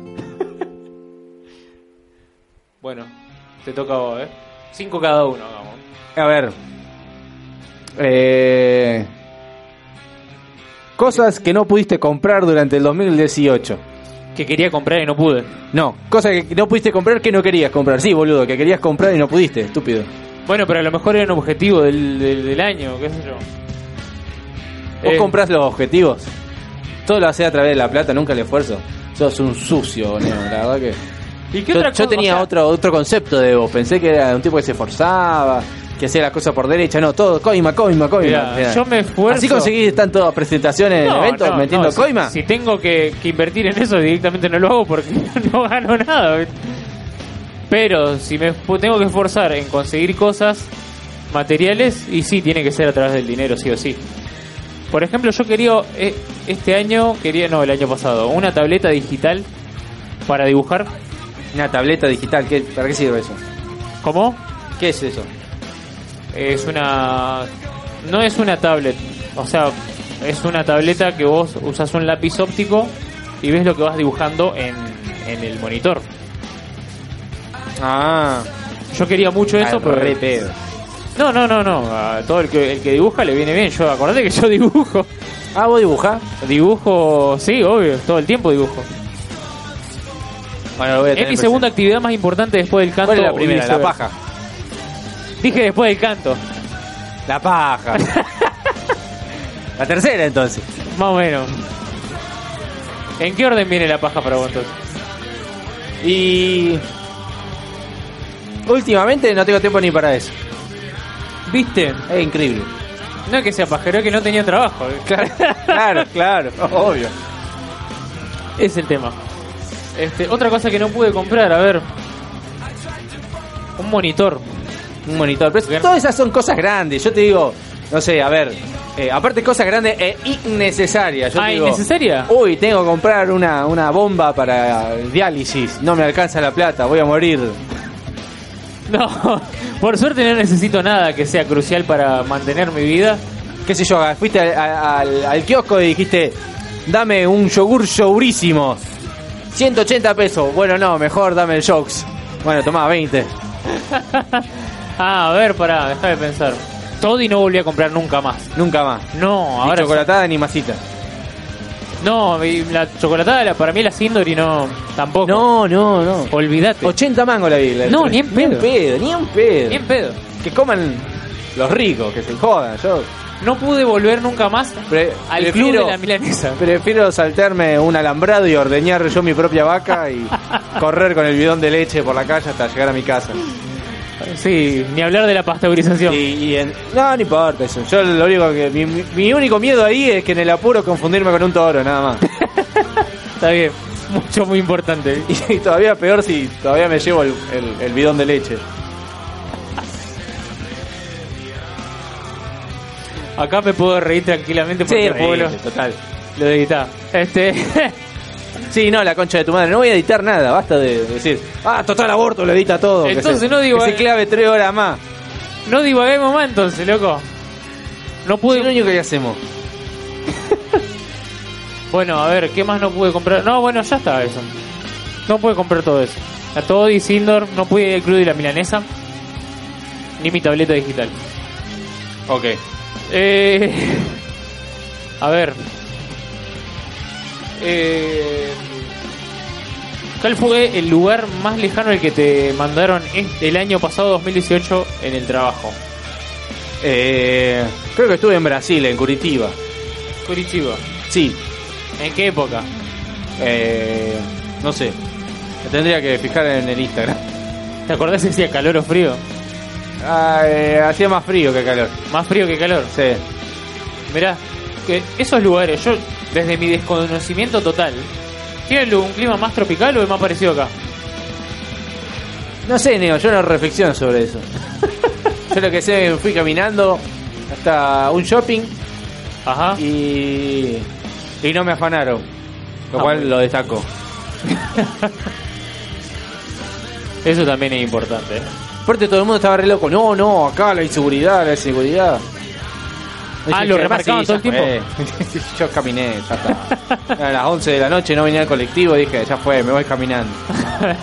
Speaker 2: Bueno, te toca a vos, ¿eh? Cinco cada uno, vamos.
Speaker 1: A ver. Eh, Cosas que no pudiste comprar durante el 2018.
Speaker 2: Que quería comprar y no pude.
Speaker 1: No, cosas que no pudiste comprar que no querías comprar. Sí, boludo, que querías comprar y no pudiste, estúpido.
Speaker 2: Bueno, pero a lo mejor era un objetivo del, del, del año, qué sé yo.
Speaker 1: Vos
Speaker 2: Eh,
Speaker 1: comprás los objetivos. Todo lo haces a través de la plata, nunca el esfuerzo. Sos un sucio, boludo, la verdad que.
Speaker 2: ¿Y qué
Speaker 1: Yo,
Speaker 2: otra
Speaker 1: yo
Speaker 2: cosa?
Speaker 1: tenía
Speaker 2: O sea,
Speaker 1: otro, otro concepto de vos. Pensé que era un tipo que se esforzaba, que hacía las cosas por derecha. No, todo, coima, coima, coima.
Speaker 2: Mirá,
Speaker 1: Mirá.
Speaker 2: yo me esfuerzo.
Speaker 1: Así conseguís tantas presentaciones en
Speaker 2: No,
Speaker 1: eventos
Speaker 2: no,
Speaker 1: metiendo
Speaker 2: no, si-
Speaker 1: coima.
Speaker 2: Si, tengo que, que invertir en eso, directamente no lo hago porque no gano nada. ¿viste? Pero si me fu- tengo que esforzar en conseguir cosas materiales, y sí, tiene que ser a través del dinero, sí o sí. Por ejemplo, yo quería eh, este año, quería, no, el año pasado, una tableta digital para dibujar.
Speaker 1: Una tableta digital, ¿qué- ¿para qué sirve eso?
Speaker 2: ¿Cómo?
Speaker 1: ¿Qué es eso?
Speaker 2: Es una. No es una tablet. O sea, es una tableta que vos usas un lápiz óptico y ves lo que vas dibujando en, en el monitor.
Speaker 1: Ah,
Speaker 2: Yo quería mucho eso, pues-
Speaker 1: al
Speaker 2: pero.
Speaker 1: re pedo.
Speaker 2: No, no, no, no. A todo el que, el que dibuja le viene bien. Yo, acordate que yo dibujo.
Speaker 1: Ah, vos dibujás.
Speaker 2: Dibujo, sí, obvio. Todo el tiempo dibujo.
Speaker 1: Bueno, lo voy a
Speaker 2: Es mi
Speaker 1: tener
Speaker 2: segunda actividad más importante después del canto.
Speaker 1: presente. ¿Cuál es la
Speaker 2: o
Speaker 1: primera? La
Speaker 2: viceversa.
Speaker 1: paja.
Speaker 2: Dije después del canto.
Speaker 1: La paja. la tercera, entonces.
Speaker 2: Más o menos. ¿En qué orden viene la paja para vos entonces?
Speaker 1: Y. Últimamente no tengo tiempo ni para eso.
Speaker 2: ¿Viste?
Speaker 1: Es increíble.
Speaker 2: No es que sea pajero, es que no tenía trabajo. eh.
Speaker 1: Claro, claro, claro, obvio.
Speaker 2: Es el tema. Este, otra cosa que no pude comprar, a ver. Un monitor.
Speaker 1: Un monitor. Pero
Speaker 2: Bien.
Speaker 1: todas esas son cosas grandes. Yo te digo, no sé, a ver. eh, aparte, cosas grandes e innecesarias. Yo te
Speaker 2: Ah,
Speaker 1: digo,
Speaker 2: ¿innecesaria?
Speaker 1: Uy, tengo que comprar una, una bomba para el diálisis. No me alcanza la plata, voy a morir.
Speaker 2: No, por suerte no necesito nada que sea crucial para mantener mi vida.
Speaker 1: ¿Qué sé yo? Fuiste al, al- al kiosco y dijiste, dame un yogur yogurísimo. 180 pesos. Bueno, no, mejor dame el Shocks. Bueno, tomá, 20.
Speaker 2: Ah, a ver, pará, déjame pensar. Toddy no volví a comprar nunca más.
Speaker 1: Nunca más.
Speaker 2: No,
Speaker 1: Ni
Speaker 2: ahora.
Speaker 1: chocolatada ni masita.
Speaker 2: No, mi- la chocolatada la- para mí la Sindori no. Tampoco.
Speaker 1: No, no, no.
Speaker 2: Olvídate.
Speaker 1: 80 mangos la Biblia.
Speaker 2: No, ni en pedo.
Speaker 1: Ni en pedo.
Speaker 2: Ni en pedo.
Speaker 1: Que coman los ricos, que se jodan. Yo
Speaker 2: No pude volver nunca más
Speaker 1: pre-
Speaker 2: al club de la milanesa.
Speaker 1: prefiero saltarme un alambrado y ordeñar yo mi propia vaca y correr con el bidón de leche por la calle hasta llegar a mi casa.
Speaker 2: Sí, ni hablar de la
Speaker 1: Y,
Speaker 2: pasteurización.
Speaker 1: y en- no, no importa eso. Yo lo único que. Mi, mi- mi único miedo ahí es que en el apuro confundirme con un toro, nada más.
Speaker 2: Está bien. Mucho muy importante.
Speaker 1: Y, todavía peor si todavía me llevo el, el- el bidón de leche.
Speaker 2: Acá me puedo reír tranquilamente porque puedo lo,
Speaker 1: total.
Speaker 2: lo editá. Este.
Speaker 1: Sí, no, la concha de tu madre. No voy a editar nada. Basta de decir, ah, total aborto, lo edita todo. que
Speaker 2: Entonces
Speaker 1: se-
Speaker 2: no digo-
Speaker 1: que se clave tres horas más.
Speaker 2: no divaguemos más entonces, loco. No
Speaker 1: Es lo
Speaker 2: pude.
Speaker 1: único que hacemos.
Speaker 2: Bueno, a ver, ¿qué más no pude comprar? No, bueno, ya está eso. No pude comprar todo eso. A Toddy, Sindor, no pude ir al club de la milanesa. Ni mi tableta digital.
Speaker 1: Ok.
Speaker 2: Eh, a ver. Eh, ¿Cuál fue el lugar más lejano al que te mandaron este, el año pasado, 2018, en el trabajo?
Speaker 1: Eh, creo que estuve en Brasil, en Curitiba.
Speaker 2: Curitiba.
Speaker 1: Sí.
Speaker 2: ¿En qué época?
Speaker 1: Eh, no sé. Me tendría que fijar en el Instagram.
Speaker 2: ¿Te acordás si hacía calor o frío?
Speaker 1: Ah, eh, hacía más frío que calor.
Speaker 2: Más frío que calor.
Speaker 1: Sí.
Speaker 2: Mirá, que esos lugares, yo desde mi desconocimiento total, ¿tienen un clima más tropical o es más parecido acá?
Speaker 1: No sé, Neo, yo no reflexiono sobre eso. yo lo que sé, fui caminando hasta un shopping
Speaker 2: Ajá.
Speaker 1: y, y no me afanaron. Lo
Speaker 2: Ah,
Speaker 1: cual
Speaker 2: bueno.
Speaker 1: lo destaco.
Speaker 2: Eso también es importante. ¿eh?
Speaker 1: Aparte todo el mundo estaba re loco. No, no, acá la inseguridad, la inseguridad.
Speaker 2: Ah,
Speaker 1: Dije,
Speaker 2: ¿lo
Speaker 1: "Che,
Speaker 2: remarcaban
Speaker 1: sí,
Speaker 2: todo el
Speaker 1: ya fue". eh". Yo caminé, ya está. A las 11 de la noche no venía el colectivo, dije, ya fue, me voy caminando.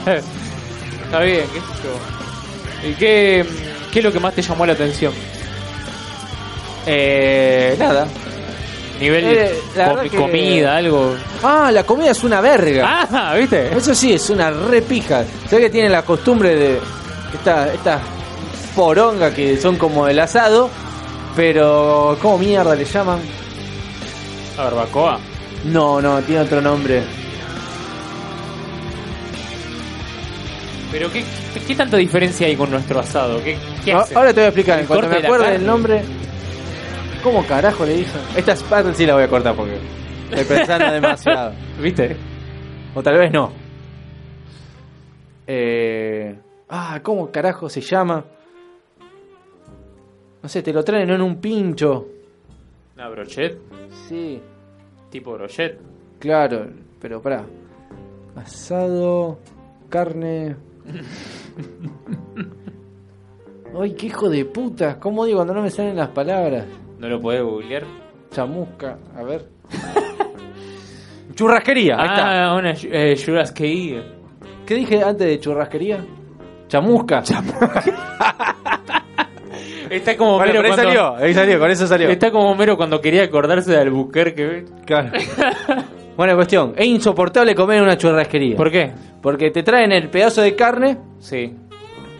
Speaker 1: ¿eh?
Speaker 2: Está bien, qué sé yo. ¿Y qué, qué es lo que más te llamó la atención?
Speaker 1: Eh, nada.
Speaker 2: nivel
Speaker 1: Eh, la
Speaker 2: com-
Speaker 1: verdad que-
Speaker 2: comida, algo.
Speaker 1: Ah, la comida es una verga.
Speaker 2: Ah, ¿viste?
Speaker 1: Eso sí, es una repija. Se ve que tienen la costumbre de estas estas porongas que son como el asado, pero ¿cómo mierda le llaman?
Speaker 2: La barbacoa.
Speaker 1: No, no, tiene otro nombre.
Speaker 2: Pero ¿qué, qué tanta diferencia hay con nuestro asado? ¿Qué, qué
Speaker 1: Ah,
Speaker 2: hace?
Speaker 1: Ahora te voy a explicar, en
Speaker 2: El
Speaker 1: cuanto
Speaker 2: corte
Speaker 1: me
Speaker 2: de la
Speaker 1: acuerde
Speaker 2: carne.
Speaker 1: el nombre. ¿Cómo carajo le dicen? Esta parte sí la voy a cortar porque estoy pensando demasiado.
Speaker 2: ¿Viste?
Speaker 1: O tal vez no. Eh, ah, ¿cómo carajo se llama? No sé, te lo traen en un pincho.
Speaker 2: Una brochet,
Speaker 1: Sí,
Speaker 2: tipo brochet.
Speaker 1: claro, pero pará. Asado, carne. Ay, qué hijo de puta. ¿Cómo digo cuando no me salen las palabras?
Speaker 2: ¿No lo podés googlear?
Speaker 1: Chamusca, a ver. Churrasquería, ahí está.
Speaker 2: Ah, una yu- eh, churrasquería.
Speaker 1: ¿Qué dije antes de churrasquería? Chamusca.
Speaker 2: Está como
Speaker 1: Bueno,
Speaker 2: mero
Speaker 1: pero ahí
Speaker 2: cuando,
Speaker 1: salió, ahí salió, con eso salió.
Speaker 2: Está como mero cuando quería acordarse de Albuquerque. ¿viste?
Speaker 1: Claro. Buena cuestión. Es insoportable comer en una churrasquería.
Speaker 2: ¿Por qué?
Speaker 1: Porque te traen el pedazo de carne
Speaker 2: Sí.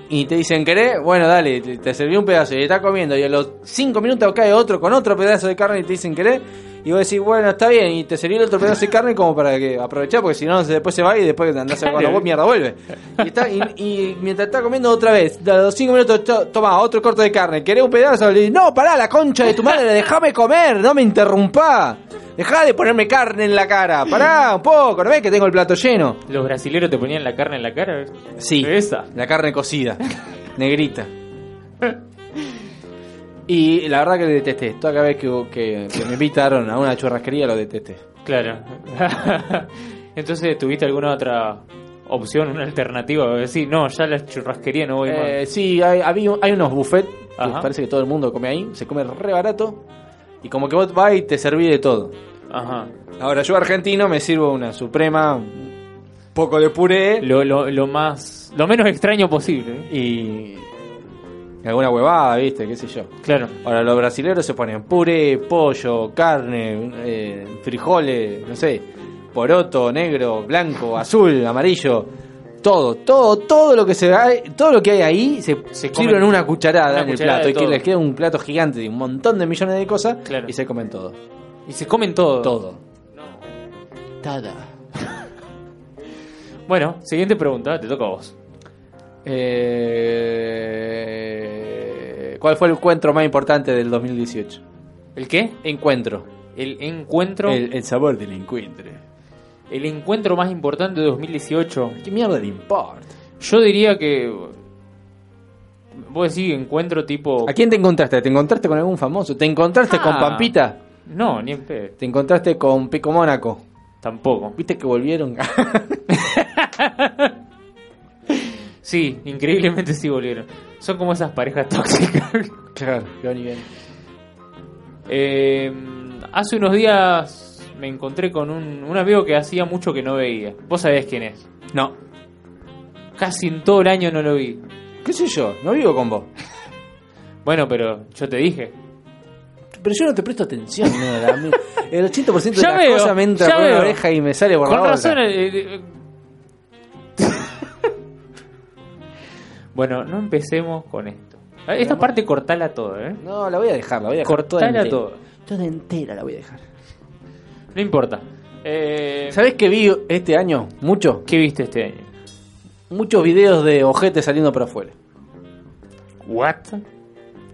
Speaker 1: y te dicen, ¿querés? Bueno, dale, te, te serví un pedazo y estás comiendo. Y a los 5 minutos cae otro con otro pedazo de carne y te dicen, ¿querés? Y vos decís, bueno, está bien. Y te serví el otro pedazo de carne como para que aprovechar, porque si no, se- después se va y después andás a cuando vos mierda vuelve. Y, está- y, y mientras estás comiendo otra vez, a los 5 minutos, to- toma otro corte de carne. ¿Querés un pedazo? Le dices, no, pará, la concha de tu madre, déjame comer, no me interrumpá. Dejá de ponerme carne en la cara. Pará un poco, ¿no ves que tengo el plato lleno?
Speaker 2: ¿Los brasileros te ponían la carne en la cara? ¿viste?
Speaker 1: Sí.
Speaker 2: Esa.
Speaker 1: La carne cocida. negrita. Y la verdad que lo detesté. Toda cada vez que, que- que me invitaron a una churrasquería lo detesté.
Speaker 2: Claro. Entonces, ¿tuviste alguna otra opción, una alternativa? Decir, no, ya la churrasquería no voy más.
Speaker 1: Eh, sí, hay, había- hay unos buffets. que
Speaker 2: Ajá.
Speaker 1: Parece que todo el mundo come ahí. Se come re barato. Y como que vos vas y te serví de todo.
Speaker 2: Ajá.
Speaker 1: Ahora yo argentino me sirvo una suprema, un poco de puré
Speaker 2: Lo, lo, lo más. Lo menos extraño posible. ¿eh?
Speaker 1: y alguna huevada, viste, qué sé yo.
Speaker 2: Claro.
Speaker 1: Ahora los brasileños se ponen puré, pollo, carne, eh, frijoles, no sé, poroto, negro, blanco, azul, amarillo, todo, todo, todo lo que se hay- todo lo que hay ahí se,
Speaker 2: Se
Speaker 1: sirve en
Speaker 2: comen
Speaker 1: una cucharada
Speaker 2: una
Speaker 1: en
Speaker 2: cucharada de
Speaker 1: el plato y
Speaker 2: todo.
Speaker 1: que les queda un plato gigante de un montón de millones de cosas
Speaker 2: Claro.
Speaker 1: y se comen todo,
Speaker 2: Y se comen todo.
Speaker 1: todo.
Speaker 2: Bueno, siguiente pregunta, te toca a vos.
Speaker 1: Eh, ¿Cuál fue el encuentro más importante del 2018?
Speaker 2: ¿El qué?
Speaker 1: Encuentro.
Speaker 2: El encuentro. El,
Speaker 1: El, el sabor del encuentro.
Speaker 2: encuentro más importante de 2018.
Speaker 1: ¿Qué mierda le importa?
Speaker 2: Yo diría que. Vos decís encuentro tipo.
Speaker 1: ¿A quién te encontraste? ¿Te encontraste con algún famoso? ¿Te encontraste con
Speaker 2: Ah.
Speaker 1: Pampita?
Speaker 2: No, ni en pedo.
Speaker 1: ¿Te encontraste con Pico Mónaco?
Speaker 2: Tampoco.
Speaker 1: ¿Viste que volvieron?
Speaker 2: Sí, increíblemente sí volvieron. Son como esas parejas tóxicas.
Speaker 1: claro, que van y vienen.
Speaker 2: Eh, hace unos días me encontré con un, un amigo que hacía mucho que no veía. Vos sabés quién es.
Speaker 1: No.
Speaker 2: Casi en todo el año no lo vi.
Speaker 1: ¿Qué sé yo? No vivo con vos.
Speaker 2: Bueno, pero yo te dije.
Speaker 1: Pero yo no te presto atención. no, la mi- el 80% de
Speaker 2: Ya
Speaker 1: las
Speaker 2: veo,
Speaker 1: cosas me entra
Speaker 2: ya
Speaker 1: por la
Speaker 2: veo.
Speaker 1: oreja y me sale por la
Speaker 2: Con
Speaker 1: boca.
Speaker 2: razón. eh, eh, bueno, no empecemos con esto. Eh, Esta parte cortala toda, ¿eh?
Speaker 1: No, la voy a dejar, la voy a dejar toda
Speaker 2: Cortala
Speaker 1: entera.
Speaker 2: toda.
Speaker 1: Toda entera la voy a dejar.
Speaker 2: No importa. Eh,
Speaker 1: ¿Sabés qué vi este año? Mucho.
Speaker 2: ¿Qué viste este año?
Speaker 1: Muchos videos de ojete saliendo para afuera.
Speaker 2: ¿What?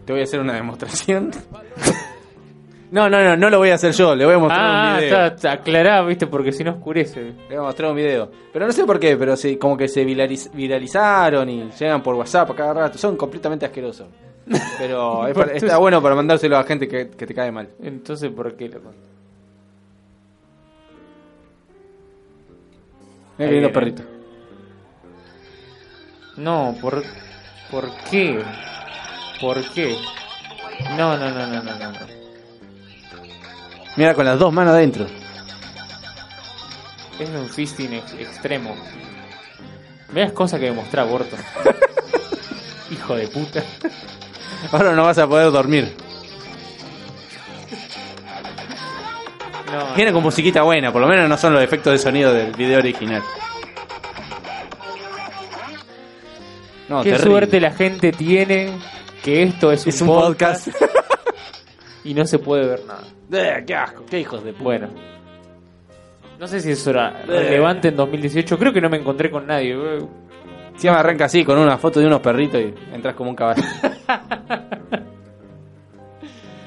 Speaker 1: Te voy a hacer una demostración. no, no, no, no lo voy a hacer yo. Le voy a mostrar
Speaker 2: Ah,
Speaker 1: un video.
Speaker 2: está, está aclará, viste, porque si no oscurece.
Speaker 1: Le voy a mostrar un video. Pero no sé por qué, pero sí, como que se viraliz- viralizaron y llegan por WhatsApp a cada rato. Son completamente asquerosos. Pero es para- está bueno para mandárselo a gente que, que te cae mal.
Speaker 2: Entonces, ¿por qué lo conté?
Speaker 1: Mira que
Speaker 2: viene.
Speaker 1: lindo perrito.
Speaker 2: No, ¿por, ¿por qué? ¿Por qué? No, no, no, no, no, no. no.
Speaker 1: Mira con las dos manos adentro.
Speaker 2: Es un fisting ex- extremo. Veas cosas que demostrar, Burton. Hijo de puta.
Speaker 1: Ahora no vas a poder dormir.
Speaker 2: No,
Speaker 1: Viene con musiquita buena, por lo menos no son los efectos de sonido del video original. No,
Speaker 2: Qué
Speaker 1: terrible.
Speaker 2: suerte la gente tiene que esto es,
Speaker 1: Es un podcast.
Speaker 2: y no se puede ver nada.
Speaker 1: Eh, qué asco, qué hijos de puta. Eh.
Speaker 2: Bueno. No sé si eso era relevante en 2018. Creo que no me encontré con nadie. Eh,
Speaker 1: Encima arranca así, con una foto de unos perritos y entras como un caballo.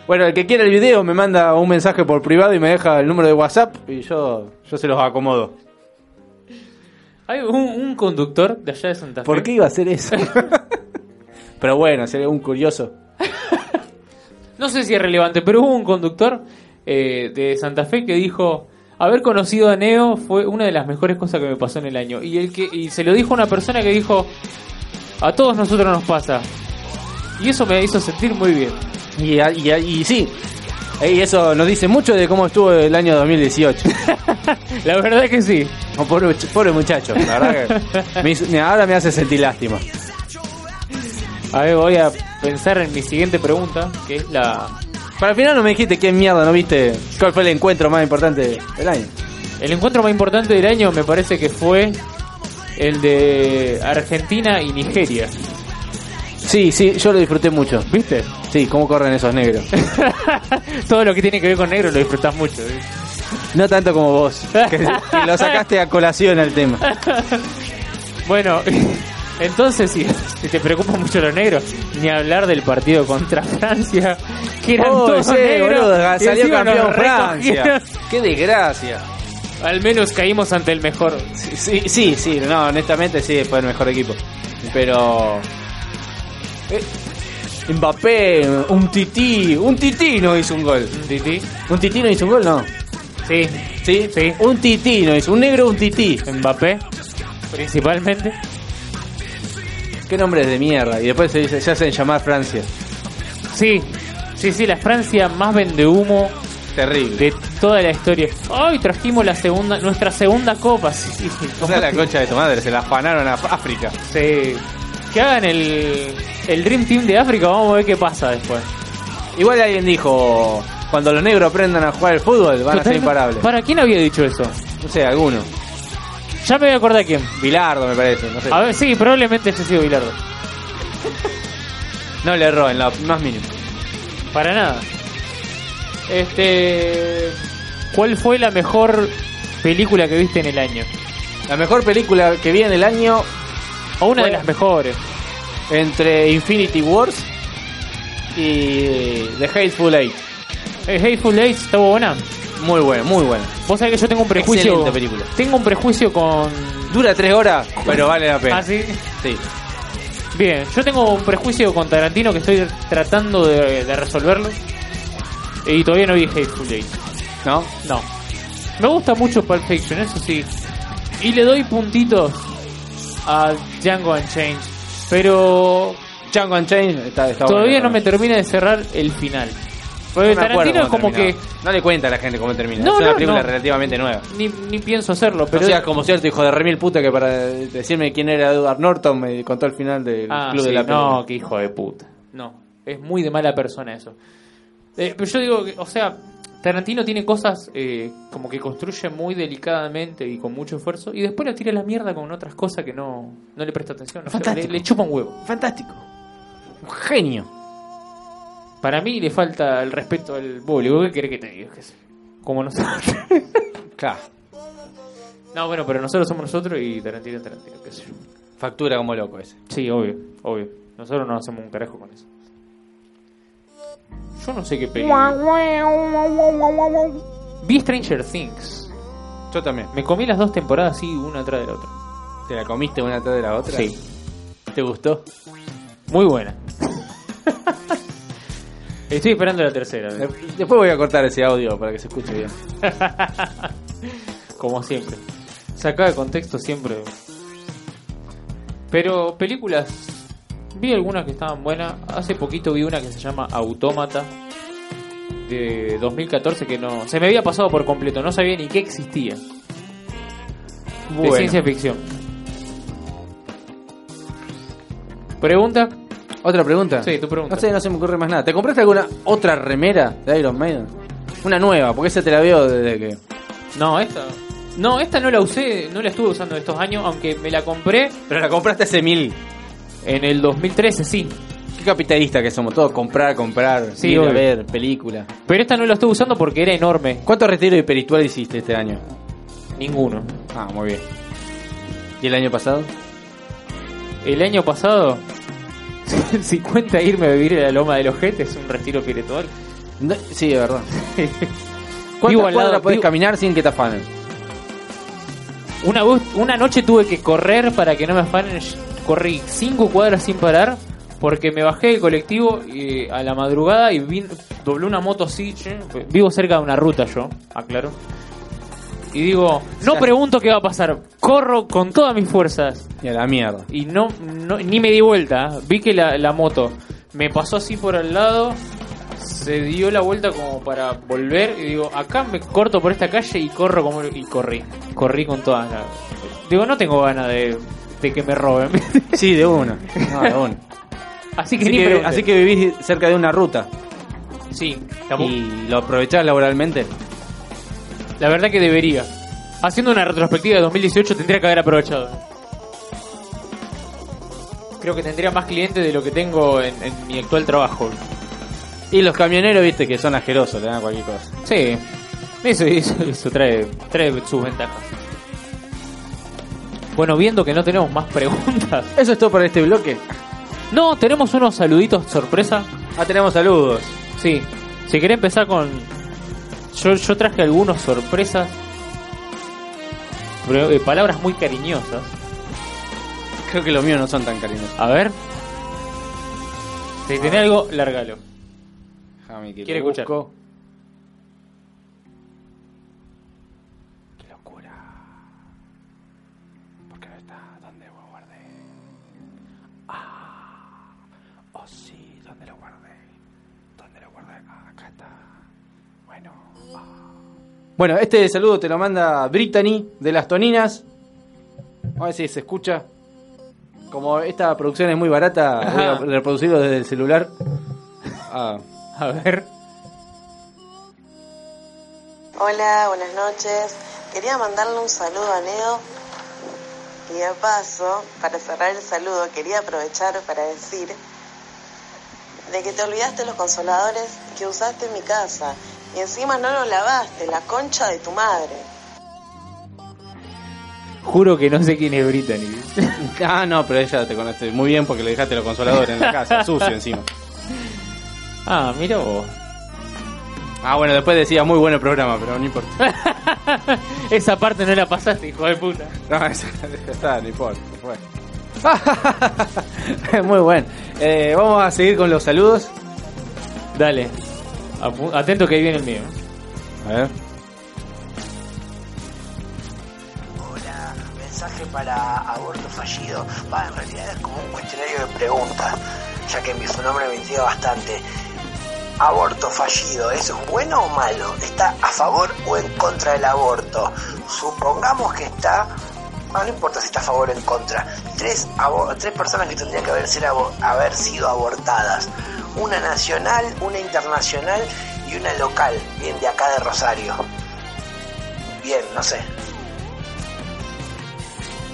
Speaker 1: bueno, el que quiera el video me manda un mensaje por privado y me deja el número de WhatsApp y yo, yo se los acomodo.
Speaker 2: Hay un, un conductor de allá de Santa Fe.
Speaker 1: ¿Por qué iba a hacer eso? Pero bueno, sería un curioso.
Speaker 2: No sé si es relevante, pero hubo un conductor eh, de Santa Fe que dijo: Haber conocido a Neo fue una de las mejores cosas que me pasó en el año. Y, el que, y se lo dijo una persona que dijo: A todos nosotros nos pasa. Y eso me hizo sentir muy bien.
Speaker 1: Y, a- y, a- y sí, y eso nos dice mucho de cómo estuvo el año 2018.
Speaker 2: La verdad que sí.
Speaker 1: Oh, pobre, much- pobre muchacho, la verdad que me hizo- mira, ahora me hace sentir lástima.
Speaker 2: A ver, voy a pensar en mi siguiente pregunta, que es la
Speaker 1: Para el final no me dijiste qué mierda, ¿no viste? ¿Cuál fue el encuentro más importante del año?
Speaker 2: El encuentro más importante del año me parece que fue el de Argentina y Nigeria.
Speaker 1: Sí, sí, yo lo disfruté mucho.
Speaker 2: ¿Viste?
Speaker 1: Sí, cómo corren esos negros.
Speaker 2: Todo lo que tiene que ver con negro lo disfrutás mucho. ¿eh?
Speaker 1: No tanto como vos, que, que lo sacaste a colación al tema.
Speaker 2: Bueno, entonces si, si te preocupan mucho los negros, ni hablar del partido contra Francia, que eran
Speaker 1: Oh,
Speaker 2: todos
Speaker 1: sí,
Speaker 2: negros.
Speaker 1: boludo,
Speaker 2: y
Speaker 1: salió
Speaker 2: encima nos
Speaker 1: campeón Francia.
Speaker 2: recogieron.
Speaker 1: Qué desgracia.
Speaker 2: Al menos caímos ante el mejor.
Speaker 1: Sí, sí, sí, sí, no, honestamente sí, fue el mejor equipo. Pero. eh, Mbappé, un tití, un tití no hizo un gol.
Speaker 2: Titi.
Speaker 1: ¿Un tití no hizo un gol? No.
Speaker 2: Sí,
Speaker 1: ¿Sí?
Speaker 2: Sí.
Speaker 1: Un tití no hizo, un negro, un tití.
Speaker 2: Mbappé, principalmente.
Speaker 1: Qué nombres de mierda. Y después se, dice- se hacen llamar Francia.
Speaker 2: Sí, sí, sí, la Francia más vende humo
Speaker 1: Terrible.
Speaker 2: de toda la historia. Hoy trajimos la segunda, nuestra segunda copa. Sí, sí, sí.
Speaker 1: O sea, la concha de tu madre, se la afanaron a África.
Speaker 2: Sí. Que hagan el, el Dream Team de África, vamos a ver qué pasa después.
Speaker 1: Igual alguien dijo, cuando los negros aprendan a jugar al fútbol van a ser
Speaker 2: Totalmente-
Speaker 1: imparables.
Speaker 2: ¿Para quién había dicho eso?
Speaker 1: No sé, alguno.
Speaker 2: Ya me voy a acordar quién.
Speaker 1: Bilardo me parece, no sé.
Speaker 2: A ver, sí, probablemente haya sido Bilardo.
Speaker 1: No le erró en lo más mínimo.
Speaker 2: Para nada. Este. ¿Cuál fue la mejor película que viste en el año?
Speaker 1: La mejor película que vi en el año
Speaker 2: O una de
Speaker 1: Bueno.
Speaker 2: las mejores.
Speaker 1: entre Infinity Wars y The Hateful Eight.
Speaker 2: Eh, Hateful Eight, ¿estuvo buena?
Speaker 1: Muy buena, muy buena.
Speaker 2: Vos sabés que yo tengo un prejuicio.
Speaker 1: Excelente película.
Speaker 2: Tengo un prejuicio con.
Speaker 1: Dura tres horas, pero vale la pena.
Speaker 2: Ah, sí.
Speaker 1: Sí.
Speaker 2: Bien, yo tengo un prejuicio con Tarantino que estoy tratando de, de resolverlo. Y todavía no vi Hateful Eight.
Speaker 1: ¿No?
Speaker 2: No. Me gusta mucho Pulp Fiction, eso sí. Y le doy puntitos a Django Unchained. Pero
Speaker 1: Django Unchained está, está
Speaker 2: todavía
Speaker 1: buena
Speaker 2: no me
Speaker 1: también.
Speaker 2: termina de cerrar el final. Porque
Speaker 1: No me acuerdo
Speaker 2: Tarantino es
Speaker 1: cómo
Speaker 2: como que
Speaker 1: terminaba. No le cuenta a la gente cómo termina.
Speaker 2: No,
Speaker 1: es una
Speaker 2: no,
Speaker 1: película
Speaker 2: no.
Speaker 1: relativamente nueva.
Speaker 2: ni, ni pienso hacerlo,
Speaker 1: Pero
Speaker 2: pero...
Speaker 1: no seas como cierto hijo de remil puta que para decirme quién era Edward Norton me contó el final del
Speaker 2: Ah,
Speaker 1: club de
Speaker 2: sí,
Speaker 1: la película.
Speaker 2: No, qué hijo de puta. No, es muy de mala persona eso. Eh, pero yo digo, que, o sea, Tarantino tiene cosas eh, como que construye muy delicadamente y con mucho esfuerzo y después la tira a la mierda con otras cosas que no, no le presta atención. no sé, le,
Speaker 1: Fantástico.
Speaker 2: le chupa un huevo.
Speaker 1: Fantástico. Un genio.
Speaker 2: Para mí le falta el respeto al público. ¿Qué querés que te diga? Que sé? Como nosotros.
Speaker 1: Claro.
Speaker 2: no, bueno, pero nosotros somos nosotros y Tarantino es Tarantino, qué sé yo.
Speaker 1: Factura como loco ese.
Speaker 2: Sí, obvio, obvio. Nosotros no hacemos un carajo con eso. Yo no sé qué película. Vi Stranger Things.
Speaker 1: Yo también.
Speaker 2: Me comí las dos temporadas así, una atrás de la otra.
Speaker 1: ¿Te la comiste una atrás de la otra?
Speaker 2: Sí.
Speaker 1: ¿Te gustó?
Speaker 2: Muy buena. Estoy esperando la tercera,
Speaker 1: De- Eh, Después voy a cortar ese audio para que se escuche bien.
Speaker 2: como siempre. Sacada de contexto siempre. Pero películas. Vi algunas que estaban buenas. Hace poquito vi una que se llama Autómata. De 2014 que no... Se me había pasado por completo. No sabía ni que existía. de ciencia ficción. Pregunta.
Speaker 1: ¿Otra pregunta?
Speaker 2: Sí, tu pregunta.
Speaker 1: No sé, no se me ocurre más nada. ¿Te compraste alguna otra remera de Iron Maiden? Una nueva, porque esa te la veo desde que.
Speaker 2: No, esta. No, esta no la usé, no la estuve usando estos años, aunque me la compré
Speaker 1: Pero la compraste hace mil.
Speaker 2: en el 2013, sí.
Speaker 1: Qué capitalista que somos, todos comprar, comprar,
Speaker 2: Sí,
Speaker 1: ir a
Speaker 2: obvio.
Speaker 1: ver, película.
Speaker 2: Pero esta no la estuve usando porque era enorme.
Speaker 1: ¿Cuántos retiros de peritual hiciste este año?
Speaker 2: Ninguno.
Speaker 1: Ah, muy bien. ¿Y el año pasado?
Speaker 2: El año pasado, 50 irme a vivir a la Loma del Ojete es un retiro espiritual.
Speaker 1: No- sí, es verdad.
Speaker 2: Vivo al
Speaker 1: ¿Cuántas
Speaker 2: lado-
Speaker 1: cuadras podés
Speaker 2: vivo-
Speaker 1: caminar sin que te afanen?
Speaker 2: Una, vez- una noche tuve que correr para que no me afanen. Corrí cinco cuadras sin parar porque me bajé del colectivo y, a la madrugada y vin- doblé una moto así. che, Vivo cerca de una ruta yo, aclaro. Y digo, no pregunto qué va a pasar. Corro con todas mis fuerzas
Speaker 1: Y a la mierda.
Speaker 2: y no, no- ni me di vuelta. ¿eh? Vi que la, la moto me pasó así por al lado, se dio la vuelta como para volver y digo, acá me corto por esta calle y corro como y corrí, corrí con todas las. Digo, no tengo ganas de, de que me roben.
Speaker 1: Sí, de una. No, de una.
Speaker 2: así que
Speaker 1: Así
Speaker 2: ni
Speaker 1: que,
Speaker 2: pregunté.
Speaker 1: así que vivís cerca de una ruta.
Speaker 2: sí, y
Speaker 1: ¿Y lo aprovechás laboralmente?
Speaker 2: la verdad que debería. Haciendo una retrospectiva de 2018 tendría que haber aprovechado. Creo que tendría más clientes de lo que tengo en, en mi actual trabajo.
Speaker 1: Y los camioneros, viste, que son asquerosos, te dan cualquier cosa.
Speaker 2: Sí, eso, eso, eso trae, trae sus ventajas. Bueno, viendo que no tenemos más preguntas.
Speaker 1: Eso es todo para este bloque.
Speaker 2: No, tenemos unos saluditos sorpresa.
Speaker 1: Ah, tenemos saludos.
Speaker 2: Sí, si querés empezar con... Yo, yo traje algunos sorpresas. Pero, eh, palabras muy cariñosas.
Speaker 1: Creo que los míos no son tan cariñosos.
Speaker 2: A ver. Si tenés algo, largalo.
Speaker 1: Déjame que
Speaker 2: Quiere
Speaker 1: lo
Speaker 2: escuchar.
Speaker 1: busco. Bueno, este saludo te lo manda Brittany de las Toninas. A ver si se escucha. Como esta producción es muy barata, voy a
Speaker 2: Ajá.
Speaker 1: reproducirlo desde el celular. Ah,
Speaker 2: A ver.
Speaker 5: Hola, buenas noches. Quería mandarle un saludo a Neo. Y de paso, para cerrar el saludo, quería aprovechar para decir de que te olvidaste los consoladores que usaste en mi casa. Y encima no los lavaste, la concha de tu madre.
Speaker 2: Juro que no sé quién es Brittany.
Speaker 1: Ah, no, pero ella te conoce muy bien porque le dejaste los consoladores en la casa, sucio encima.
Speaker 2: ah, mira vos.
Speaker 1: Ah, bueno, después decía muy bueno el programa, pero no importa.
Speaker 2: Esa parte no la pasaste, hijo de puta.
Speaker 1: No, esa- ya está, no importa. fue. muy bueno. Eh, vamos a seguir con los saludos.
Speaker 2: Dale. Apu- Atento que ahí viene el mío.
Speaker 1: A ver.
Speaker 6: Hola, mensaje para aborto fallido. Va, en realidad es como un cuestionario de preguntas, ya que mi- su nombre me intriga bastante. Aborto fallido, ¿es bueno o malo? ¿Está a favor o en contra del aborto? Supongamos que está... ah, no importa si está a favor o en contra. Tres, abo- tres personas que tendrían que haber, ser abo- haber sido abortadas. Una nacional, una internacional y una local, bien de acá de Rosario. Bien, no sé.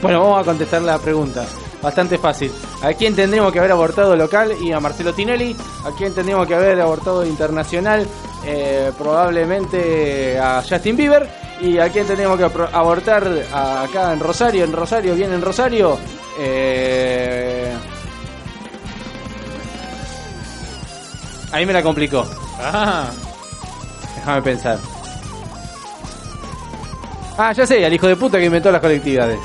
Speaker 1: Bueno, vamos a contestar la pregunta. Bastante fácil. ¿A quién tendríamos que haber abortado local? Y a Marcelo Tinelli. ¿A quién tendríamos que haber abortado internacional? Eh, probablemente a Justin Bieber. ¿Y a quién tendríamos que apro- abortar a- acá en Rosario? En Rosario, bien en Rosario. Eh, Ahí me la complicó.
Speaker 2: Ah,
Speaker 1: Déjame pensar. Ah, ya sé, al hijo de puta que inventó las colectividades.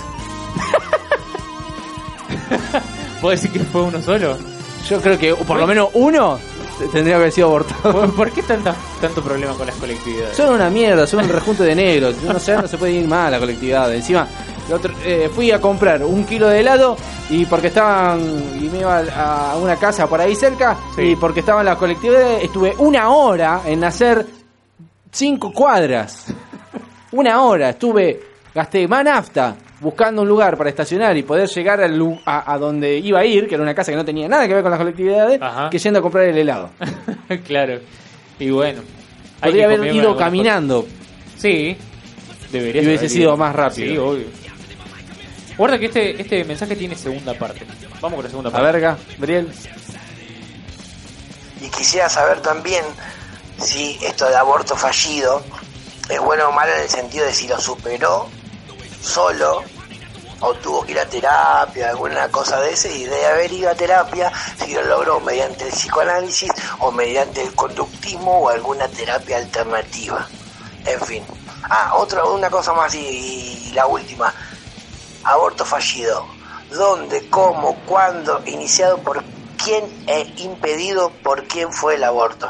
Speaker 2: ¿puedo decir que fue uno solo?
Speaker 1: Yo creo que por lo menos uno t- tendría que haber sido abortado.
Speaker 2: ¿Por, por qué tanta, tanto problema con las colectividades?
Speaker 1: Son una mierda, son un rejunte de negros. No sé, no se puede ir mal a la colectividad. Encima, el otro- eh, fui a comprar un kilo de helado y porque estaban. y me iba a a una casa por ahí cerca
Speaker 2: Sí.
Speaker 1: y porque estaban las colectividades, estuve una hora en hacer cinco cuadras. Una hora estuve, gasté más nafta buscando un lugar para estacionar y poder llegar al lu- a, a donde iba a ir, que era una casa que no tenía nada que ver con las colectividades,
Speaker 2: Ajá.
Speaker 1: que yendo a comprar el helado.
Speaker 2: claro. Y bueno, Hay que
Speaker 1: Podría haber
Speaker 2: comer
Speaker 1: ido
Speaker 2: algunas
Speaker 1: caminando.
Speaker 2: cosas. Sí. Debería
Speaker 1: Y hubiese
Speaker 2: haber
Speaker 1: sido
Speaker 2: ido.
Speaker 1: más rápido.
Speaker 2: Sí, obvio. Guarda que este, este mensaje tiene segunda parte. Vamos con la segunda
Speaker 1: A
Speaker 2: parte.
Speaker 1: verga, Briel.
Speaker 6: Y quisiera saber también si esto de aborto fallido es bueno o malo en el sentido de si lo superó solo o tuvo que ir a terapia, alguna cosa de ese, y de haber ido a terapia, si lo logró mediante el psicoanálisis o mediante el conductismo o alguna terapia alternativa. En fin. Ah, otra, una cosa más y- y la última. Aborto fallido. ¿Dónde, cómo, cuándo, iniciado por quién e impedido por quién fue el aborto?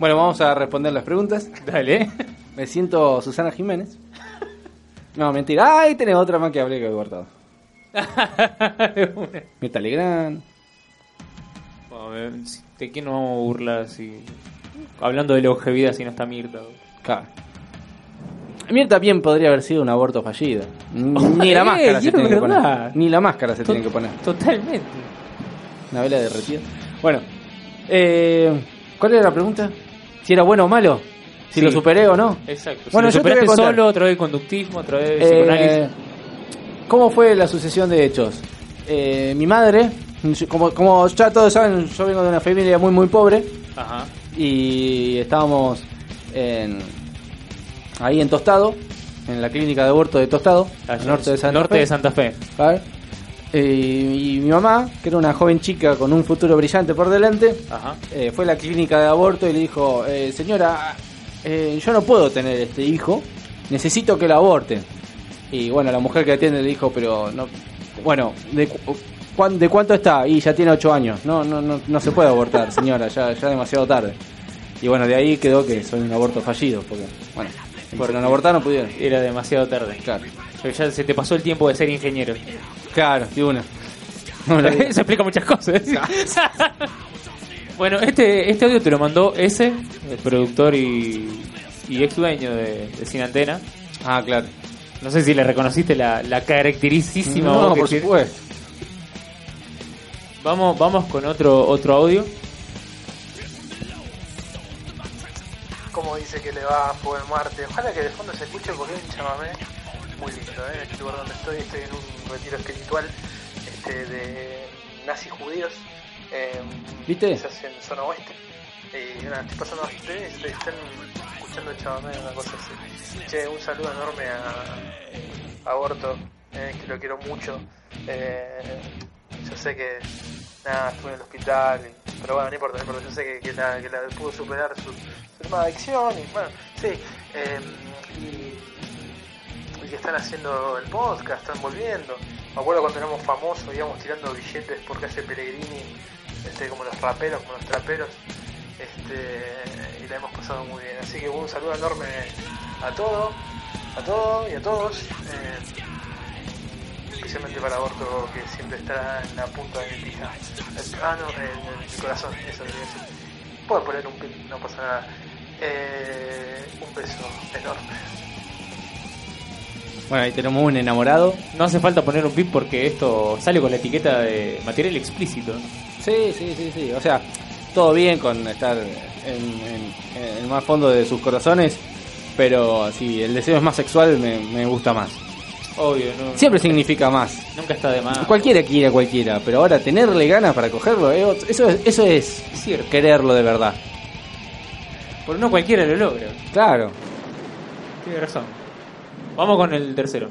Speaker 1: Bueno, vamos a responder las preguntas.
Speaker 2: Dale.
Speaker 1: Me siento Susana Jiménez. No, mentira. Ay, tenés otra más que hablé que he cortado. Mirta Legrand.
Speaker 2: A ver, ¿De quién nos vamos a burlar si... Hablando de longevidad si no está Mirta?
Speaker 1: Claro. Mirta bien podría haber sido un aborto fallido. Ni la
Speaker 2: Eh,
Speaker 1: máscara
Speaker 2: y
Speaker 1: se
Speaker 2: es
Speaker 1: tiene que
Speaker 2: verdad.
Speaker 1: poner. Ni la máscara se tiene que poner.
Speaker 2: Totalmente.
Speaker 1: Una vela derretida. Bueno, eh, ¿cuál era la pregunta? Si era bueno o malo.
Speaker 2: Sí.
Speaker 1: Si lo superé o no.
Speaker 2: Exacto.
Speaker 1: Bueno,
Speaker 2: Bueno,
Speaker 1: yo
Speaker 2: si
Speaker 1: te voy a
Speaker 2: superaste
Speaker 1: contar.
Speaker 2: solo, otra vez conductismo, otra vez
Speaker 1: Eh,
Speaker 2: psicoanálisis.
Speaker 1: ¿Cómo fue la sucesión de hechos? Eh, mi madre, yo- como, como ya todos saben, yo vengo de una familia muy muy pobre
Speaker 2: Ajá.
Speaker 1: y estábamos en, ahí en Tostado, en la clínica de aborto de Tostado, al
Speaker 2: Allá
Speaker 1: norte de Santa
Speaker 2: norte
Speaker 1: Fe.
Speaker 2: de Santa Fe.
Speaker 1: Claro. Eh, y mi mamá, que era una joven chica con un futuro brillante por delante,
Speaker 2: Ajá.
Speaker 1: eh, fue a la clínica de aborto y le dijo, eh, señora, eh, yo no puedo tener este hijo, necesito que lo aborten. Y bueno, la mujer que atiende le dijo, pero no, bueno, ¿de, cu- cuán- de cuánto está? Y ya tiene 8 años, no, no, no, no se puede abortar, señora, ya, ya demasiado tarde. Y bueno, de ahí quedó que soy un aborto fallido, porque, bueno, porque no abortar no pudieron.
Speaker 2: Era demasiado tarde.
Speaker 1: Claro,
Speaker 2: Porque ya se te pasó el tiempo de ser ingeniero.
Speaker 1: claro, y una.
Speaker 2: Eso explica muchas cosas. bueno, este, este audio te lo mandó ese, el productor y, y ex dueño de, de Sin Antena.
Speaker 1: Ah, claro.
Speaker 2: No sé si le reconociste la, la caracterísima
Speaker 1: no,
Speaker 2: voz que
Speaker 1: por
Speaker 2: tiene.
Speaker 1: supuesto.
Speaker 2: Vamos, vamos con otro, otro audio.
Speaker 7: como dice que le va a poder Marte. Ojalá que de fondo se escuche porque es un chamamé muy lindo, ¿eh? El lugar donde estoy, estoy en un retiro espiritual este, de nazis judíos. eh,
Speaker 1: ¿Viste?
Speaker 7: Se hace en zona oeste. Y Eh, nada, estoy pasando a ustedes y están escuchando el chamamé, una cosa así. Che, un saludo enorme a, a Borto, eh, que lo quiero mucho. Eh, yo sé que nada, estuve en el hospital, y- pero bueno, no importa, no importa, yo sé que, que la, que la pudo superar su, su tema de adicción y bueno, sí. eh, y, y que están haciendo el podcast, están volviendo. Me acuerdo cuando éramos famosos, íbamos tirando billetes por calle Pellegrini, este, como los raperos, como los traperos. Este, y la hemos pasado muy bien. Así que un saludo enorme a todo, a todo y a todos. eh, especialmente para aborto que siempre estará en la punta de mi pija. Eh, Ah, no, en mi corazón, eso debería ser. Puedo poner un pin, no pasa nada. Eh, un beso enorme.
Speaker 1: Bueno, ahí tenemos un enamorado.
Speaker 2: No hace falta poner un pip porque esto sale con la etiqueta de material explícito.
Speaker 1: Sí, sí, sí, sí. O sea, todo bien con estar en, en- en el más fondo de sus corazones, pero si el deseo es más sexual, me, me gusta más.
Speaker 2: Obvio, no,
Speaker 1: Siempre significa más.
Speaker 2: nunca está de más.
Speaker 1: Cualquiera quiere a cualquiera, pero ahora tenerle ganas para cogerlo, eh, ot- eso, es- eso es
Speaker 2: Cierto.
Speaker 1: quererlo de verdad.
Speaker 2: Por no cualquiera lo logra.
Speaker 1: Claro.
Speaker 2: Tiene razón. Vamos con el tercero.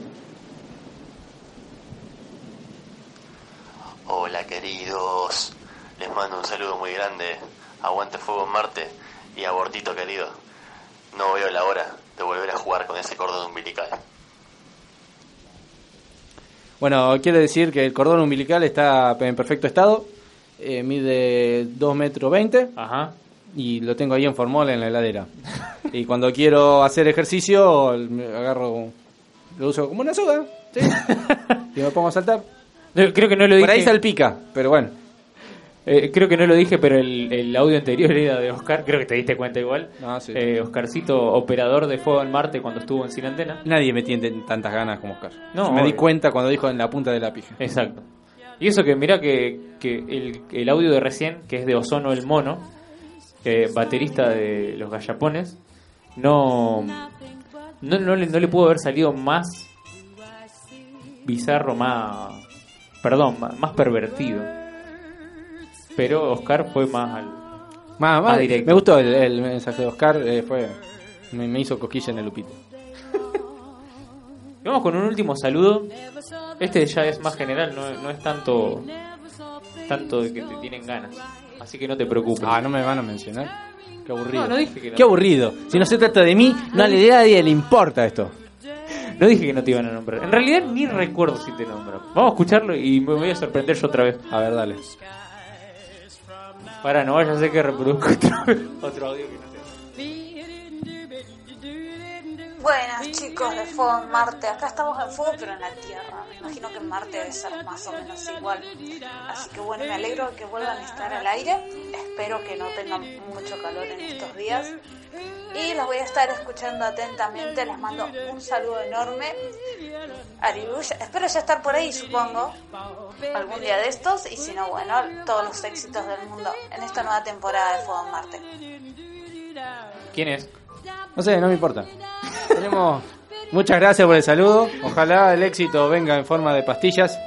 Speaker 8: Hola queridos, les mando un saludo muy grande. Aguante fuego en Marte y abortito querido. No veo la hora de volver a jugar con ese cordón umbilical.
Speaker 1: Bueno, quiere decir que el cordón umbilical está en perfecto estado, eh, mide 2 metros 20.
Speaker 2: Ajá.
Speaker 1: y lo tengo ahí en formol en la heladera. Y cuando quiero hacer ejercicio, me agarro, lo uso como una soga, ¿sí? y me pongo a saltar.
Speaker 2: No, Creo que no lo dije.
Speaker 1: Por ahí salpica, pero bueno.
Speaker 2: Eh, creo que no lo dije, pero el, el audio anterior era de Oscar. Creo que te diste cuenta igual.
Speaker 1: Ah, sí.
Speaker 2: Eh, Oscarcito, operador de fuego en Marte cuando estuvo en Sin Antena.
Speaker 1: Nadie me tiene tantas ganas como Oscar.
Speaker 2: No,
Speaker 1: me di
Speaker 2: obvio.
Speaker 1: cuenta cuando dijo en la punta de la pija.
Speaker 2: Exacto. Y eso que mira que, que el, el audio de recién, que es de Ozono el Mono, que baterista de los Gallapones, no, no, no, le, no le pudo haber salido más bizarro, más. Perdón, más, más pervertido. Pero Oscar fue más al.
Speaker 1: Más,
Speaker 2: Más
Speaker 1: más
Speaker 2: directo.
Speaker 1: Me gustó el, el mensaje de Oscar, eh, fue, me, me hizo coquilla en el Lupito.
Speaker 2: Y Vamos con un último saludo. Este ya es más general, no, no es tanto. Tanto de que te tienen ganas. Así que no te preocupes.
Speaker 1: Ah, no me van a mencionar. Qué aburrido.
Speaker 2: No, no dije que no.
Speaker 1: Qué aburrido. Si no se trata de mí, no le- a nadie le importa esto.
Speaker 2: No dije que no te iban a nombrar. En realidad ni recuerdo si te nombran. Vamos a escucharlo y me voy a sorprender yo otra vez.
Speaker 1: A ver, dale.
Speaker 2: Para, no vaya a ser que reproduzco otra vez otro audio que no sea.
Speaker 9: Buenas chicos de Fuego en Marte, acá estamos en Fuego pero en la Tierra, me imagino que en Marte debe ser más o menos igual. Así que bueno, me alegro de que vuelvan a estar al aire, espero que no tengan mucho calor en estos días y los voy a estar escuchando atentamente, les mando un saludo enorme. Aribush, espero ya estar por ahí supongo, algún día de estos y si no, bueno, todos los éxitos del mundo en esta nueva temporada de Fuego en Marte.
Speaker 2: ¿Quién es?
Speaker 1: No sé, no me importa. Tenemos. Muchas gracias por el saludo. Ojalá el éxito venga en forma de pastillas.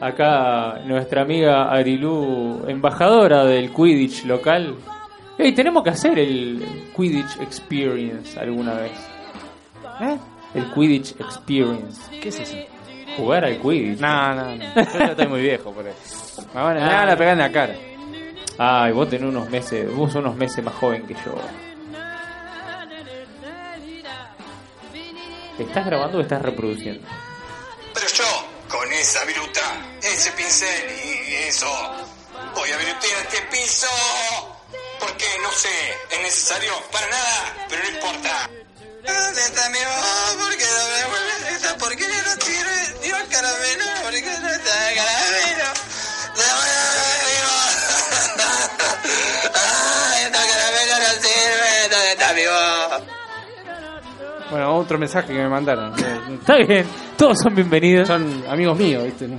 Speaker 2: Acá nuestra amiga Arilú, embajadora del Quidditch local. Hey, tenemos que hacer el Quidditch Experience alguna vez.
Speaker 1: ¿Eh?
Speaker 2: El Quidditch Experience.
Speaker 1: ¿Qué es eso?
Speaker 2: Jugar al Quidditch.
Speaker 1: No, no, no. Yo ya estoy muy viejo por eso. Me van a, Ah, me van a pegar en la cara.
Speaker 2: Ay, vos tenés unos meses, vos sos unos meses más joven que yo. ¿Te estás grabando o estás reproduciendo?
Speaker 4: Pero yo, con esa viruta, ese pincel y eso, voy a virutear este piso. Porque no sé, es necesario para nada, pero no importa. ¿Dónde está mi voz? ¿Por qué no me vuelves esta porquería? No sirve. Dios caramelo, ¿por qué no está el caramelo? Ah, Esta caramelo no sirve. ¿Dónde está mi voz?
Speaker 1: Bueno, otro mensaje que me mandaron.
Speaker 2: Está bien, todos son bienvenidos.
Speaker 1: Son amigos míos, ¿viste?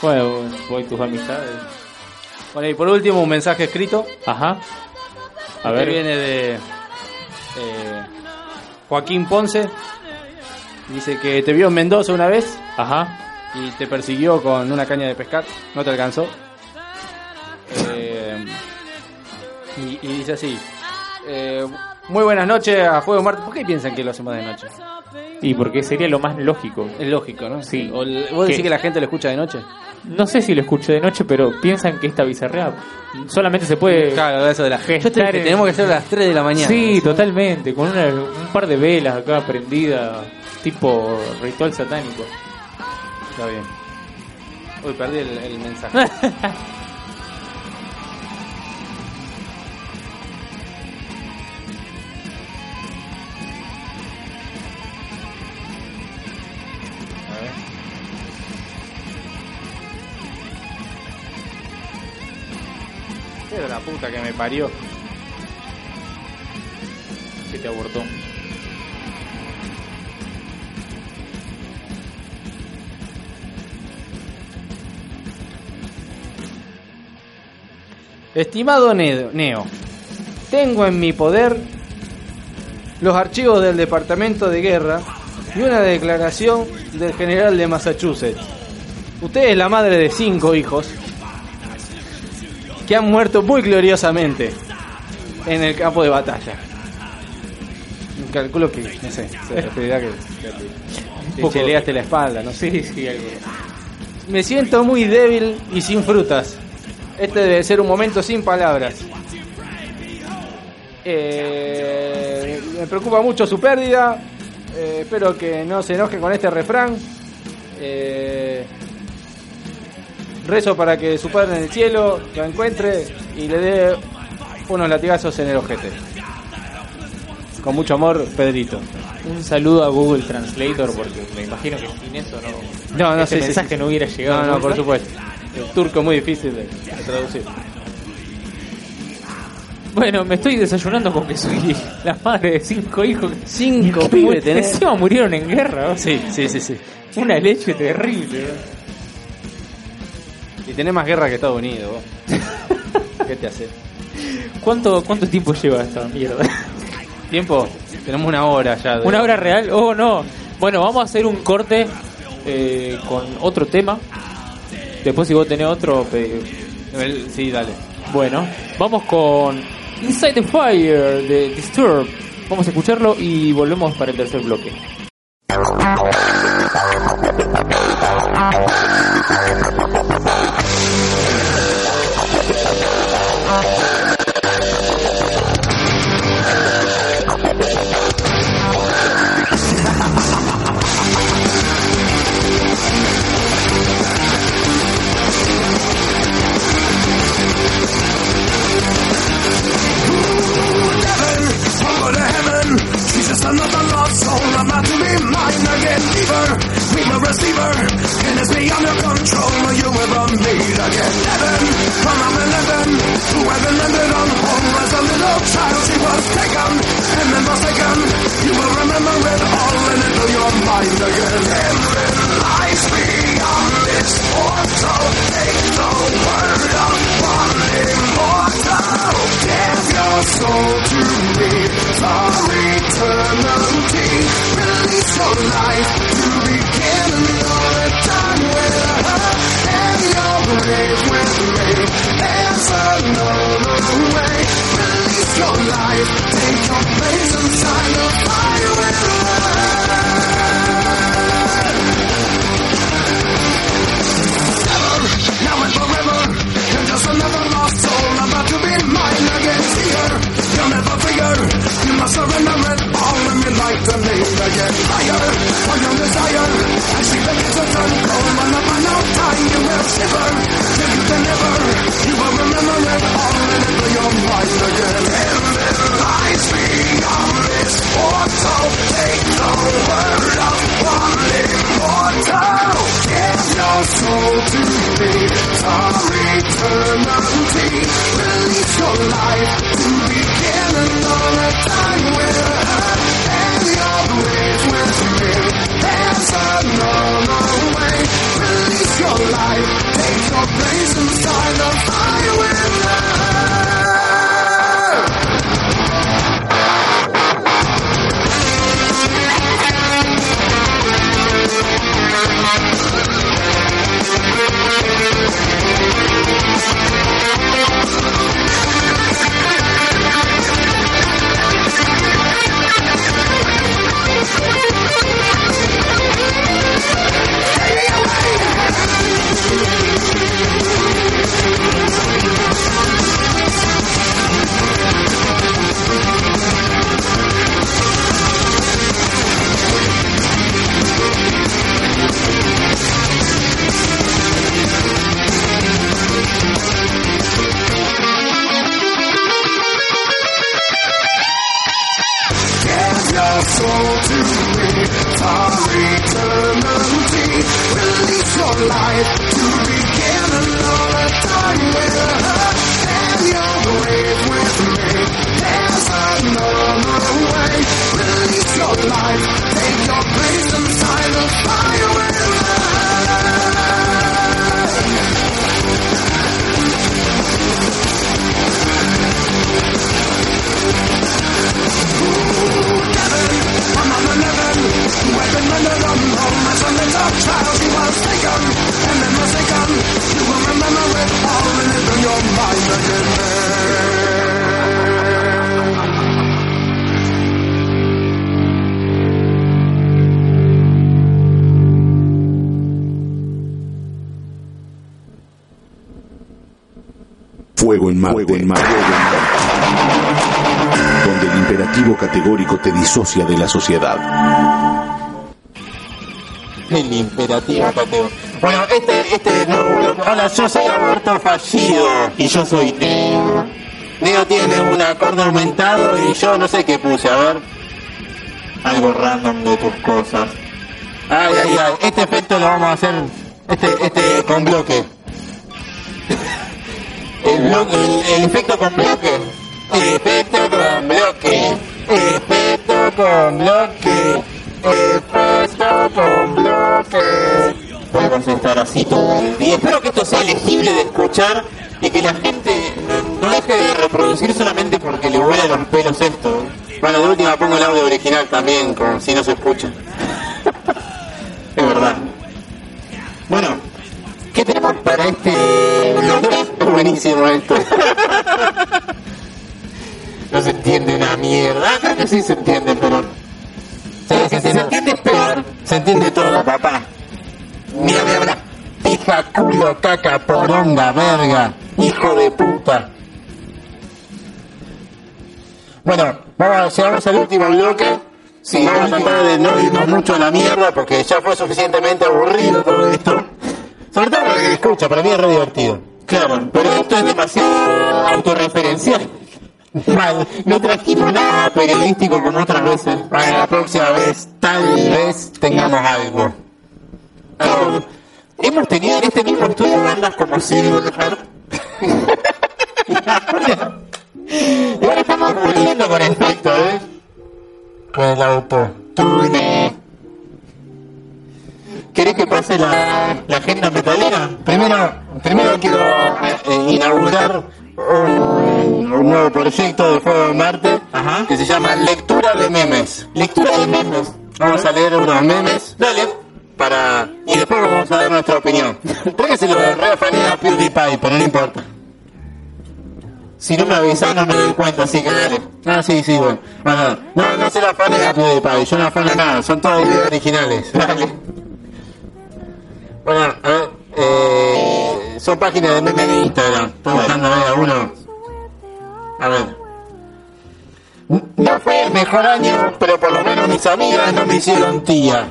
Speaker 2: Bueno, voy tus amistades.
Speaker 1: Bueno, y por último, un mensaje escrito.
Speaker 2: Ajá. A
Speaker 1: Este
Speaker 2: ver,
Speaker 1: viene de eh, Joaquín Ponce. Dice que te vio en Mendoza una vez
Speaker 2: Ajá.
Speaker 1: y te persiguió con una caña de pescar. No te alcanzó. Eh, y, y dice así. eh, muy buenas noches a Juego Marte. ¿Por qué piensan que lo hacemos de noche?
Speaker 2: Y porque sería lo más lógico.
Speaker 1: Es lógico, ¿no?
Speaker 2: Sí.
Speaker 1: O el- ¿Vos decís
Speaker 2: ¿Qué?
Speaker 1: que la gente lo escucha de noche?
Speaker 2: No sé si lo escuché de noche, pero piensan que esta bizarreada solamente se puede...
Speaker 1: claro, eso de la gente. Yo te dije,
Speaker 2: gestar en-
Speaker 1: tenemos que hacerlo a las 3 de la mañana.
Speaker 2: Sí, totalmente, con una- un par de velas acá prendidas, tipo ritual satánico.
Speaker 1: Está bien. Uy, perdí el, el mensaje. Pero la puta que me parió.
Speaker 2: Que te abortó.
Speaker 1: Estimado Ne- Neo, tengo en mi poder los archivos del Departamento de Guerra y una declaración del general de Massachusetts. Usted es la madre de cinco hijos que han muerto muy gloriosamente en el campo de batalla. Calculo que, no sé, se referirá que, que
Speaker 2: poco-
Speaker 1: cheleaste la espalda, no sé.
Speaker 2: Sí, sí, algo.
Speaker 1: Me siento muy débil y sin frutas. Este debe ser un momento sin palabras. Eh, me preocupa mucho su pérdida. Eh, espero que no se enoje con este refrán. Eh, rezo para que su padre en el cielo lo encuentre y le dé unos latigazos en el ojete. Con mucho amor, Pedrito.
Speaker 2: Un saludo a Google Translator, porque me imagino que sin eso no.
Speaker 1: No, no,
Speaker 2: ese
Speaker 1: sí, sí,
Speaker 2: mensaje
Speaker 1: sí.
Speaker 2: no hubiera llegado.
Speaker 1: No, no, por
Speaker 2: nunca.
Speaker 1: supuesto. El turco muy difícil de de traducir.
Speaker 2: Bueno, me estoy desayunando con que soy la madre de cinco hijos. que-
Speaker 1: Cinco
Speaker 2: que
Speaker 1: pibes
Speaker 2: mu-
Speaker 1: tenés.
Speaker 2: Encima murieron en guerra. ¿no?
Speaker 1: Sí, sí, sí, sí.
Speaker 2: Una leche terrible. ¿no?
Speaker 1: Y tenés más guerra que Estados Unidos, vos. ¿Qué te hace?
Speaker 2: ¿Cuánto, ¿Cuánto tiempo lleva esta mierda?
Speaker 1: ¿Tiempo? Tenemos una hora ya. de-
Speaker 2: ¿Una hora real? Oh, no. Bueno, vamos a hacer un corte eh, con otro tema. Después si vos tenés otro, pedí.
Speaker 1: El- Sí, dale.
Speaker 2: Bueno, vamos con Inside the Fire de Disturb. Vamos a escucharlo y volvemos para el tercer bloque.
Speaker 10: Go to heaven. She's just another love soul. I'm not to be mine again. Leave her, be my receiver. And it's beyond your control. You ever made again. Heaven, from up in heaven. Who ever landed on home as a little child. She was taken and then forsaken. You will remember it all and into your mind again. Heaven lies beyond this portal. Take no word upon immortal. Give your soul to me for eternity. Release your life to begin your time with her. And your grave with me. There's another way. Release your life. Take your place inside the fire with now and forever. You're just another lost soul about to be mine again. See her, you'll never figure. You must surrender it all and be like the name again. Higher, on your desire. And she begins to turn cold, and up on no time you will shiver. If you can never, you will remember it all and into your mind again. Heaven lies beyond this portal. Take the word of one immortal. Give your soul to me for eternity. Release your life to begin another time with her. And your grave with me. There's another way. Release your life. Take your place inside the fire with her. Give your soul to me for eternity. Release your life to begin another time with her. And your grave with me. There's another way. Release your life. Take your place inside the fire with her. I'm on the level. You have been rendered unhome as a little child. You was taken and then forsaken. You will remember it all and live in your mind again.
Speaker 3: Fuego en Marte. Donde el imperativo categórico te disocia de la sociedad.
Speaker 11: El imperativo pateo. Bueno, este, este no, Hola, yo soy Alberto Fallido y yo soy Neo. Neo tiene un acorde aumentado y yo no sé qué puse, a ver. Algo random de tus cosas. Ay, ay, ay, este efecto lo vamos a hacer. Este, este con bloque. El, bloque, el, el efecto con bloque. Efecto con bloque. Efecto con bloque. Efecto con bloque. Podemos estar así todo el día. Espero que esto sea legible de escuchar y que la gente no
Speaker 10: deje de reproducir solamente porque le huele los pelos esto. Bueno, de última pongo el audio original también, con, si no se escucha. es verdad. Bueno, ¿qué tenemos para este... Es buenísimo esto. no se entiende una mierda. Creo que sí se entiende, pero... ¿Sabes que si se entiende es peor? Se entiende todo, papá. Mira, mira, mira. Pija, culo, caca, poronga, verga. Hijo de puta. Bueno, vamos, llegamos al último bloque. Sí, vamos a tratar de no irnos mucho a la mierda porque ya fue suficientemente aburrido todo esto. Sobre todo lo que escucha, para mí es re divertido. Claro, pero esto es demasiado autorreferencial. Mal, no trajimos nada periodístico como otras veces. Bueno, la próxima vez tal vez tengamos algo. Algo. Hemos tenido en este mismo estudio bandas como Silverheart. y ahora estamos muriendo con efecto, ¿eh? Pues Con el auto. ¿Querés que pase la, la agenda metalera? Primero, primero quiero eh, inaugurar un, un nuevo proyecto de Fuego de Marte que se llama Lectura de Memes. Lectura de Memes. Vamos a leer unos memes. Dale. Para... Y después vamos a dar nuestra opinión. Creo que se lo reafané a PewDiePie, pero no importa. Si no me avisas no me doy cuenta, así que dale. Ah, sí, sí, bueno. Bueno, no, no se la afané a PewDiePie, yo no afano nada, son todos videos originales. Dale. Bueno, a ver, eh, son páginas de memes de Instagram. Estoy buscando a ver alguno. A ver. No fue el mejor año, pero por lo menos mis amigas no me hicieron tía.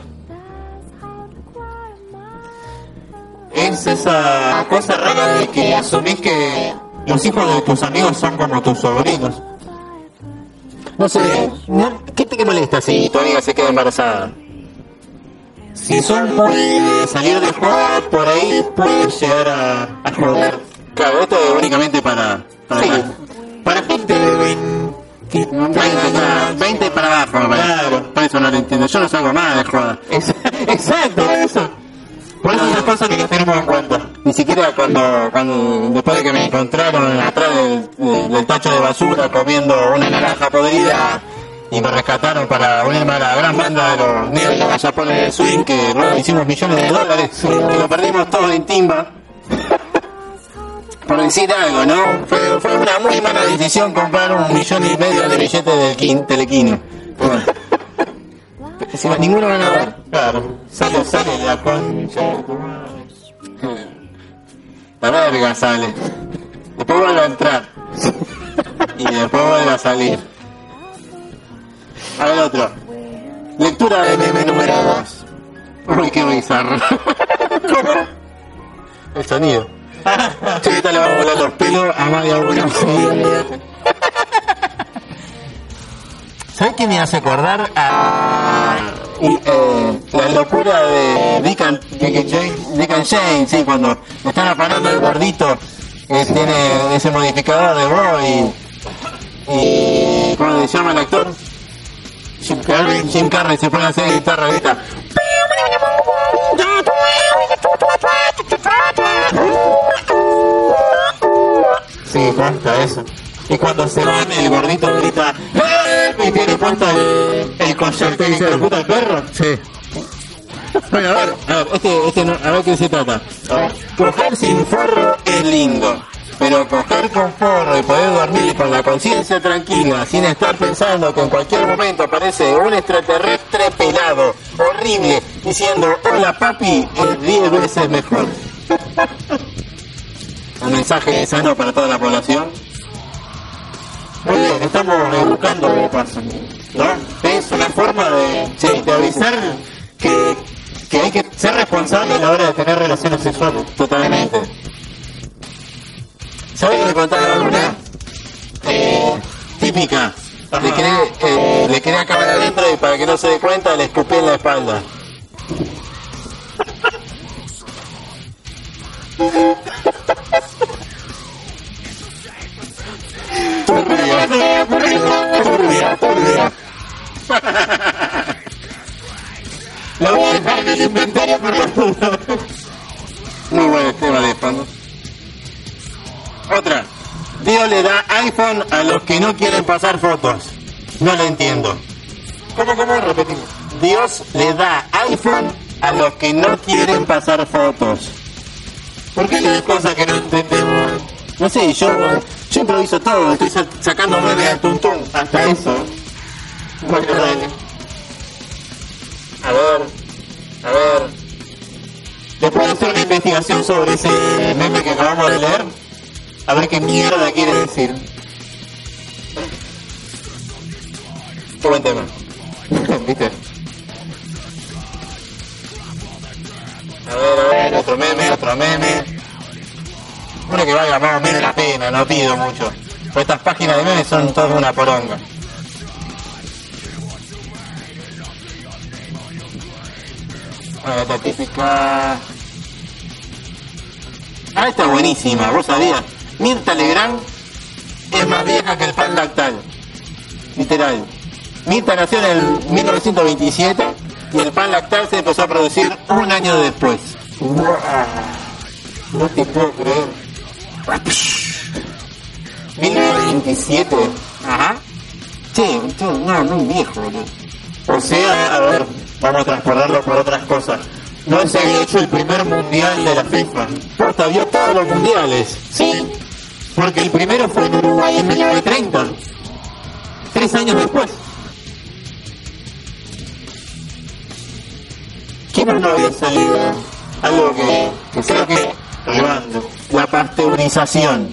Speaker 10: Es esa cosa rara de que asumís que los hijos de tus amigos son como tus sobrinos. No sé, ¿no? ¿qué te molesta si tu amiga se queda embarazada? Si son muy de salir de juego, por ahí puedes llegar a, a joder. Claro, esto es únicamente para... Para, para gente de 20, 20, para, 20 para abajo, me parece. Claro, por eso no lo entiendo. Yo no salgo más de joda. Exacto, eso. Por eso esas cosas ni las tenemos en cuenta. Ni siquiera cuando, cuando después de que me encontraron atrás del, del- del tacho de basura comiendo una naranja podrida y me rescataron para unirme a la gran banda de los neos japoneses de swing que luego hicimos millones de dólares y lo perdimos todo en timba. Por decir algo, ¿no? Fue, fue una muy mala decisión comprar un millón y medio de billetes del Kin- Telequino. Bueno. Si más ninguno van a ver. Claro. Sale, sale la concha. de tu madre. La verga sale. Después vuelve a entrar. Y después vuelve a salir. A ver otro. Lectura de meme número 2. Uy, qué bizarro. ¿Cómo? El sonido. Chiquita le va a volar los pelos a más de alguno. ¿Sabes qué me hace acordar a y, eh, la locura de Dick and, Dick and Jane? Dick and Jane, sí, cuando están afanando el gordito que tiene ese modificador de voz y, y ¿cómo se llama el actor? Jim Carrey, Jim Carrey se pone a hacer guitarra ahorita. Sí, cuenta eso. Y cuando se van, el gordito grita "¡Help!" y tiene puesto el, el collar que dice puta el perro. Sí. Bueno, a ver, a ver, este, este no, a ver qué se trata. A ver, Coger sin forro es lindo, pero coger con forro y poder dormir con la conciencia tranquila, sin estar pensando que en cualquier momento aparece un extraterrestre pelado, horrible, diciendo hola papi, es 10 veces mejor. Un mensaje sano para toda la población. Muy bien, estamos educando de paso, ¿no? Es una forma de, sí, de avisar que, que hay que ser responsable a la hora de tener relaciones sexuales. Totalmente. ¿Sabes que me contaba una? Eh, típica. Le quedé, eh, le quedé acá adentro y para que no se dé cuenta le escupí en la espalda. Lo voy a dejar en el inventario por las dudas. Muy buen tema de fondo. Otra. partido le da iPhone a los que no quieren pasar fotos. No lo entiendo. ¿Cómo, cómo? Repetimos. Dios le da iPhone a los que no quieren pasar fotos. ¿Por qué le da cosas que no entendemos? No sé, yo, yo improviso todo, estoy sa- sacando nueve al tuntún, hasta eso. Bueno, dale. A ver, a ver. Después de hacer una investigación sobre ese meme que acabamos de leer, a ver qué mierda quiere decir. Qué buen tema. ¿Viste? A ver, a ver, otro meme, otro meme. Uno que valga más o menos la pena, no pido mucho. Pues estas páginas de memes son todas una poronga. Bueno, la típica... Ah, esta es buenísima, vos sabías. Mirta Legrand es más vieja que el pan lactal. Literal. Mirta nació en el 1927 y el pan lactal se empezó a producir un año después. No te puedo creer. 1927. Ajá. Sí, no, no viejo, boludo. O sea, a ver, vamos a transportarlo por otras cosas. No se había hecho el primer mundial de la FIFA. Porta vio todos los mundiales. Sí. Porque el primero fue en Uruguay en 1930. Tres años después. ¿Qué más no había salido? Algo que, que creo que relevante. La pasteurización.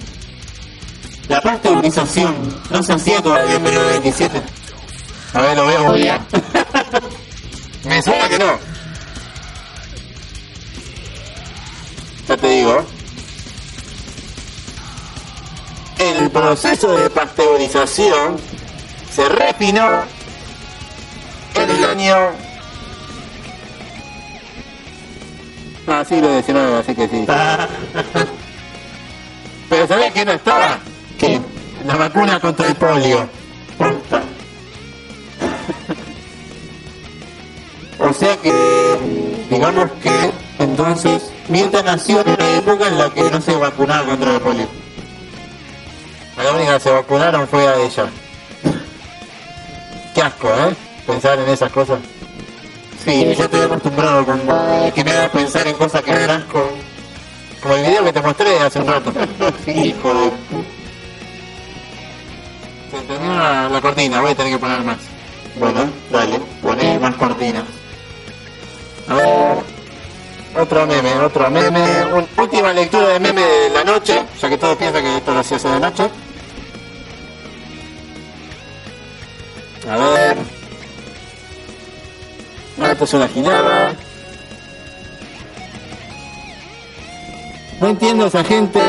Speaker 10: La pasteurización no se hacía todavía en 1927. A ver, lo veo bien. Me suena que no. Ya te digo. El proceso de pasteurización se refinó en el año... Ah, siglo XIX, así que sí. Pero ¿sabés que no estaba? ¿Qué? La vacuna contra el polio. Puta. O sea que, digamos que, entonces, Mirta nació en una época en la que no se vacunaba contra el polio. La única que se vacunaron fue a ella. Qué asco, ¿eh? Pensar en esas cosas. Sí, yo estoy acostumbrado con que me haga pensar en cosas que me dan asco. Como el video que te mostré hace un rato. Hijo de... Se entendió la, la cortina, voy a tener que poner más. Bueno, dale, poné más cortinas. A ver, otro meme, otro meme. Un- última lectura de meme de la noche, ya que todos piensan que esto lo hacía hace de noche. A ver. No, esto es una gilada. No entiendo a esa gente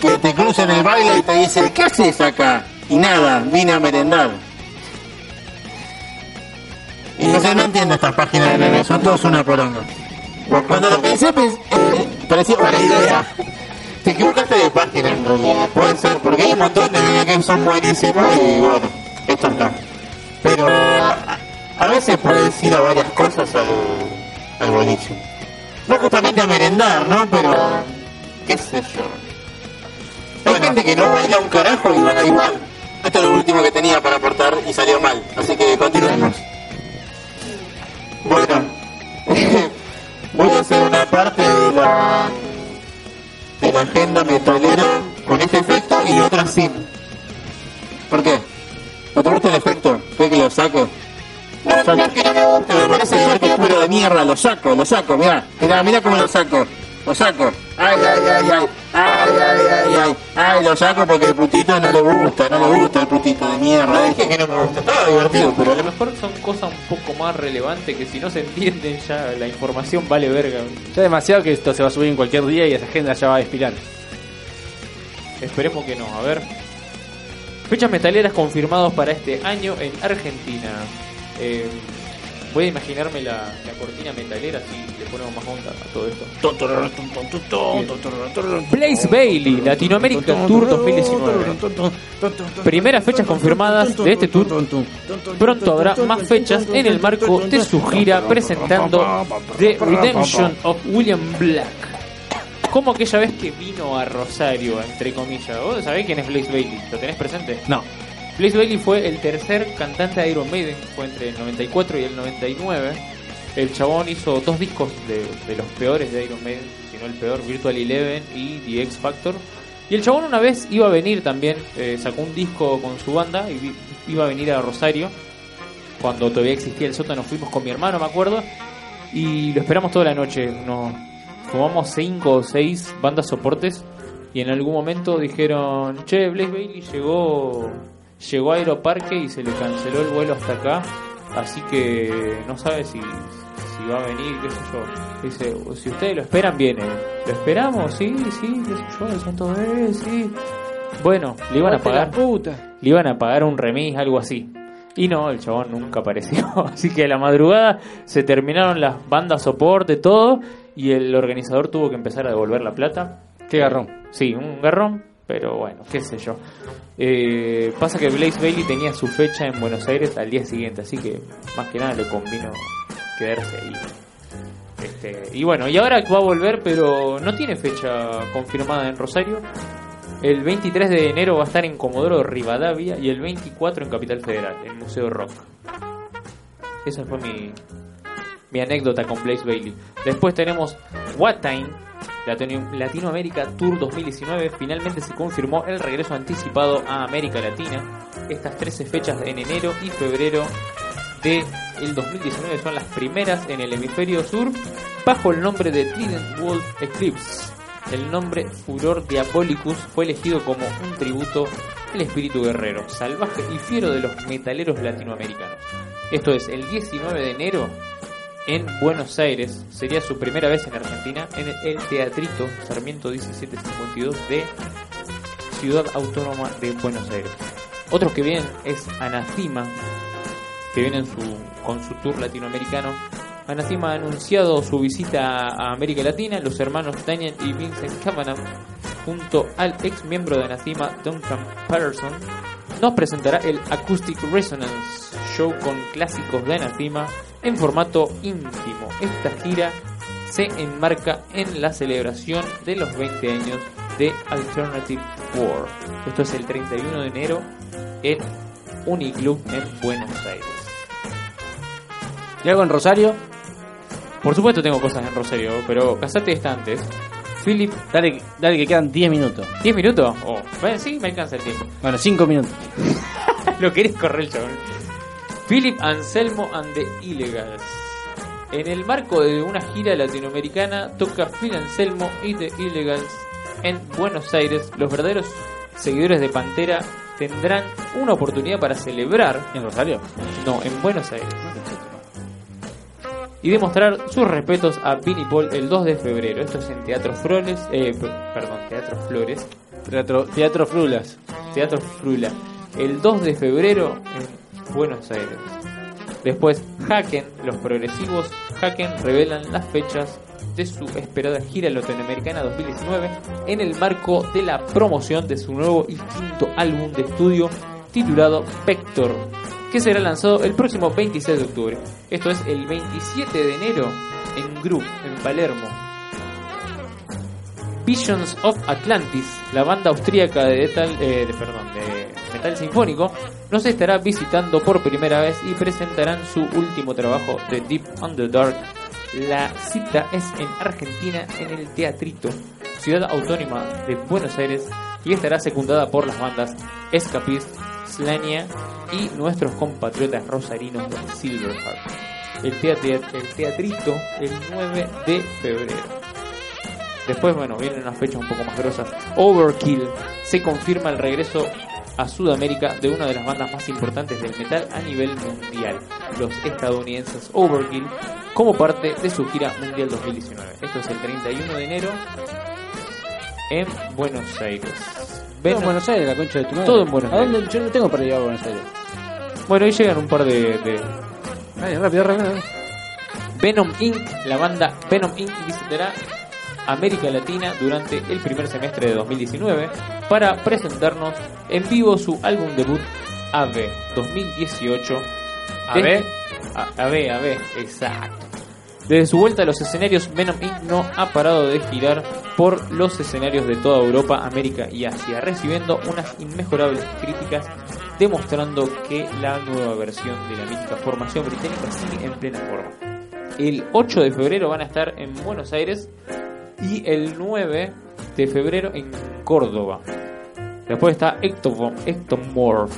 Speaker 10: que te cruza en el baile y te dice, ¿qué haces acá? Y nada, vine a merendar. Y no sé, no entiendo estas páginas de memes, son todos una poronga. Cuando lo pensé, pens- eh, parecía una idea. Te equivocaste de página en realidad, puede ser, porque hay un montón de memes que son buenísimos y bueno, estos no. Pero a, a veces puedes ir a varias cosas al, al boliche. No justamente a merendar, ¿no? Pero, qué sé yo. Hay gente que no baila un carajo y baila igual. Esto es lo último que tenía para aportar y salió mal, así que continuemos. Bueno, voy a hacer una parte de la, de la agenda metalera con este efecto y otra sin. ¿Por qué? ¿No te gusta el efecto? ¿Crees que lo saco? Lo saco. Te me parece ser que es puro de mierda, lo saco, lo saco, mirá, mirá, mirá cómo lo saco, lo saco. Ay, ay, ay, ay, ay, ay, ay, ay, ay, lo saco porque el putito no le gusta, no le gusta el putito de mierda, dije que no me gusta, estaba divertido, pero
Speaker 2: A lo mejor son cosas un poco más relevantes que si no se entienden ya la información vale verga.
Speaker 1: Ya demasiado que esto se va a subir en cualquier día y esa agenda ya va a expirar.
Speaker 2: Esperemos que no, a ver. Fechas metaleras confirmados para este año en Argentina. Eh, voy a imaginarme la, la cortina metalera si le ponemos más onda a todo esto. Blaze Bailey, Latinoamérica Tour 2019. Primeras fechas confirmadas de este tour. Pronto habrá más fechas en el marco de su gira presentando The Redemption of William Black. ¿Cómo aquella vez que vino a Rosario, entre comillas? ¿Vos sabés quién es Blaze Bailey? ¿Lo tenés presente?
Speaker 1: No.
Speaker 2: Blaze Bailey fue el tercer cantante de Iron Maiden, fue entre el 94 y el 99. El chabón hizo dos discos de, de los peores de Iron Maiden, si no el peor, Virtual Eleven y The X Factor. Y el chabón una vez iba a venir también, eh, sacó un disco con su banda y vi- iba a venir a Rosario. Cuando todavía existía el sótano, fuimos con mi hermano, me acuerdo, y lo esperamos toda la noche. Nos fumamos cinco o seis bandas soportes y en algún momento dijeron, che, Blaze Bailey llegó, llegó a Aeroparque y se le canceló el vuelo hasta acá, así que no sabe si, si va a venir, qué sé yo. Dice, si ustedes lo esperan, viene. ¿Lo esperamos? Sí, sí, qué sé yo, son todos, eh, sí. Bueno, le iban a
Speaker 12: Aguante
Speaker 2: pagar.
Speaker 12: la puta.
Speaker 2: Le iban a pagar un remis, algo así. Y no, el chabón nunca apareció. Así que a la madrugada se terminaron las bandas soporte, todo. Y el organizador tuvo que empezar a devolver la plata.
Speaker 1: Qué garrón.
Speaker 2: Sí, un garrón, pero bueno, qué sé yo. Eh, pasa que Blaze Bailey tenía su fecha en Buenos Aires al día siguiente, así que más que nada le convino quedarse ahí. Este, y bueno, y ahora va a volver, pero no tiene fecha confirmada en Rosario. El 23 de enero va a estar en Comodoro Rivadavia y el 24 en Capital Federal, en Museo Rock. Esa fue mi, mi anécdota con Blaze Bailey. Después tenemos What Time, Latino- Latinoamérica Tour 2019. Finalmente se confirmó el regreso anticipado a América Latina. Estas 13 fechas en enero y febrero de el 2019 son las primeras en el hemisferio sur bajo el nombre de Trident World Eclipse. El nombre Furor Diabolicus fue elegido como un tributo al espíritu guerrero, salvaje y fiero de los metaleros latinoamericanos. Esto es el 19 de enero en Buenos Aires. Sería su primera vez en Argentina en el, el Teatrito Sarmiento 1752 de Ciudad Autónoma de Buenos Aires. Otros que vienen es Anacima, que vienen su- con su tour latinoamericano. Anacima ha anunciado su visita a América Latina. Los hermanos Daniel y Vincent Kavanagh, junto al ex miembro de Anacima, Duncan Patterson, nos presentará el Acoustic Resonance Show con clásicos de Anacima en formato íntimo. Esta gira se enmarca en la celebración de los 20 años de Alternative War. Esto es el 31 de enero en Uniclub en Buenos Aires.
Speaker 1: ¿Y algo en Rosario?
Speaker 2: Por supuesto tengo cosas en Rosario, pero casate esta antes. Philip,
Speaker 1: dale, dale que quedan 10 minutos.
Speaker 2: ¿10 minutos? Oh, bueno, sí, me alcanza el tiempo.
Speaker 1: Bueno, 5 minutos.
Speaker 2: Lo querés correr, chabón. Philip Anselmo and the Illegals. En el marco de una gira latinoamericana, toca Phil Anselmo y The Illegals en Buenos Aires. Los verdaderos seguidores de Pantera tendrán una oportunidad para celebrar.
Speaker 1: ¿En Rosario?
Speaker 2: No, en Buenos Aires. Y demostrar sus respetos a Vinnie Paul el 2 de febrero. Esto es en Teatro Flores. eh, p- perdón, Teatro Flores.
Speaker 1: Teatro, teatro Frulas.
Speaker 2: Teatro Frula. El 2 de febrero en Buenos Aires. Después, Haken, los progresivos Haken revelan las fechas de su esperada gira latinoamericana 2019 en el marco de la promoción de su nuevo y quinto álbum de estudio titulado Vector, que será lanzado el próximo 26 de octubre. Esto es el 27 de enero en Group, en Palermo. Visions of Atlantis, la banda austríaca de metal, eh, de- perdón, de metal sinfónico, nos estará visitando por primera vez y presentarán su último trabajo de Deep Underdark. La cita es en Argentina, en el Teatrito, ciudad autónoma de Buenos Aires, y estará secundada por las bandas Escapist, Slania y nuestros compatriotas rosarinos de Silverheart. El, teatri- el Teatrito, el 9 de febrero. Después, bueno, vienen unas fechas un poco más grosas. Overkill se confirma el regreso a Sudamérica de una de las bandas más importantes del metal a nivel mundial, los estadounidenses Overkill, como parte de su gira mundial 2019. Esto es el 31 de enero en Buenos Aires.
Speaker 12: Todo en
Speaker 2: Venom-
Speaker 12: Buenos Aires, la concha de tu madre.
Speaker 2: Todo en Buenos
Speaker 12: ¿A dónde? Yo no tengo para llevar a Buenos Aires.
Speaker 2: Bueno, ahí llegan un par de- de,
Speaker 12: Dale, rápido, rápido. rápido.
Speaker 2: Venom Inc., la banda Venom Inc. visitará América Latina durante el primer semestre de 2019 para presentarnos en vivo su álbum debut AVE 2018.
Speaker 1: ¿AVE?
Speaker 2: Desde- A- AVE, AVE, exacto. Desde su vuelta a los escenarios, Venom Inc. no ha parado de girar por los escenarios de toda Europa, América y Asia, recibiendo unas inmejorables críticas, demostrando que la nueva versión de la mítica formación británica sigue en plena forma. El 8 de febrero van a estar en Buenos Aires y el 9 de febrero en Córdoba. Después está Ectomo- Ectomorph.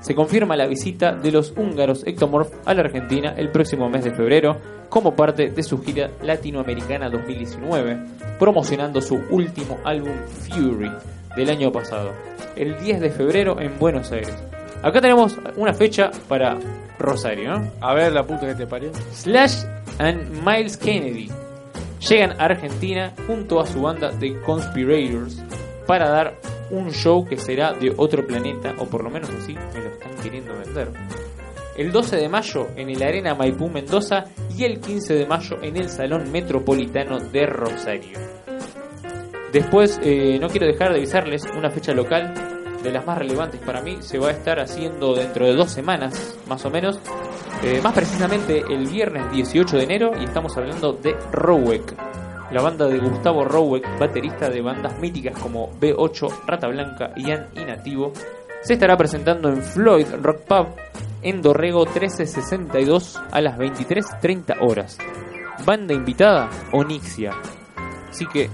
Speaker 2: Se confirma la visita de los húngaros Ectomorph a la Argentina el próximo mes de febrero como parte de su gira latinoamericana 2019, promocionando su último álbum Fury del año pasado, el 10 de febrero en Buenos Aires. Acá tenemos una fecha para Rosario, ¿no?
Speaker 13: A ver la puta que te parió.
Speaker 2: Slash and Miles Kennedy llegan a Argentina junto a su banda The Conspirators para dar un show que será de otro planeta, o por lo menos así me lo están queriendo vender. El 12 de mayo en el Arena Maipú Mendoza y el 15 de mayo en el Salón Metropolitano de Rosario. Después, eh, no quiero dejar de avisarles una fecha local de las más relevantes para mí. Se va a estar haciendo dentro de dos semanas, más o menos. Eh, más precisamente el viernes 18 de enero y estamos hablando de Rowek. La banda de Gustavo Rowek, baterista de bandas míticas como B8, Rata Blanca, Ian y Nativo, se estará presentando en Floyd Rock Pub en Dorrego 1362 a las 23.30 horas. Banda invitada, Onixia. Así que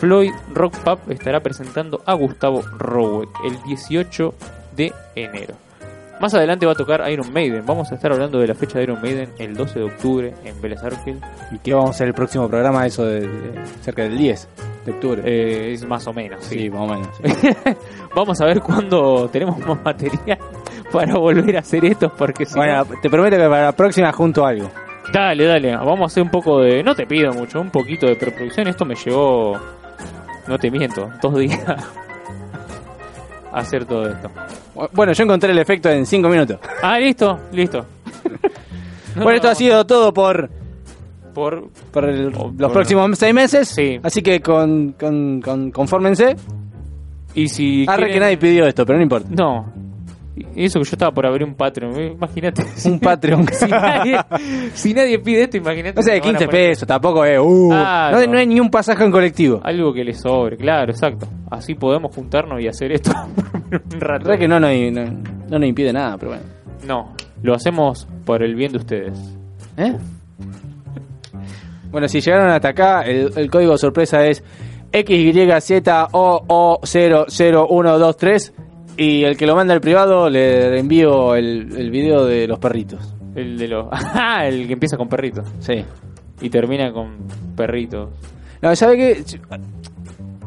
Speaker 2: Floyd Rock Pub estará presentando a Gustavo Rowek el 18 de enero. Más adelante va a tocar Iron Maiden. Vamos a estar hablando de la fecha de Iron Maiden el 12 de octubre en Vélez Arfield.
Speaker 1: ¿Y qué vamos a hacer el próximo programa? Eso de, de- cerca del 10 de octubre.
Speaker 2: Eh, es más o menos. Sí,
Speaker 1: más o menos.
Speaker 2: Vamos a ver cuándo tenemos más material para volver a hacer esto porque si
Speaker 1: Bueno,
Speaker 2: no-
Speaker 1: te prometo que para la próxima junto algo.
Speaker 2: Dale, dale. Vamos a hacer un poco de... No te pido mucho, un poquito de preproducción. Esto me llevó... No te miento, dos días hacer todo esto.
Speaker 1: Bueno, yo encontré el efecto en 5 minutos.
Speaker 2: Ah, listo, listo.
Speaker 1: Bueno, esto ha sido todo por,
Speaker 2: Por...
Speaker 1: por el-
Speaker 2: por-
Speaker 1: los próximos 6 meses.
Speaker 2: Sí.
Speaker 1: Así que con, con, con- confórmense.
Speaker 2: Y si...
Speaker 1: Arre
Speaker 2: quieren-
Speaker 1: Ah, que nadie pidió esto, pero no importa.
Speaker 2: No. Y eso que yo estaba por abrir un Patreon, eh, imagínate.
Speaker 1: Un Patreon.
Speaker 2: si, nadie, si nadie pide esto, imagínate.
Speaker 1: No sé,
Speaker 2: que van a
Speaker 1: 15
Speaker 2: poner
Speaker 1: pesos, tampoco es. uh,
Speaker 2: Ah,
Speaker 1: no,
Speaker 2: no.
Speaker 1: no hay ni un pasaje en colectivo.
Speaker 2: Algo que les sobre, claro, exacto. Así podemos juntarnos y hacer esto por un rato.
Speaker 1: Arre que no, nos- no, no nos impide nada, pero bueno.
Speaker 2: No, lo hacemos por el bien de ustedes.
Speaker 1: ¿Eh? Bueno, si llegaron hasta acá, el, el código sorpresa es XYZOO00123 y el que lo manda al privado le envío el, el video de los perritos.
Speaker 2: El de los. ¡Ah! El que empieza con perrito.
Speaker 1: Sí.
Speaker 2: Y termina con perrito.
Speaker 1: No, ¿sabe qué? Ch-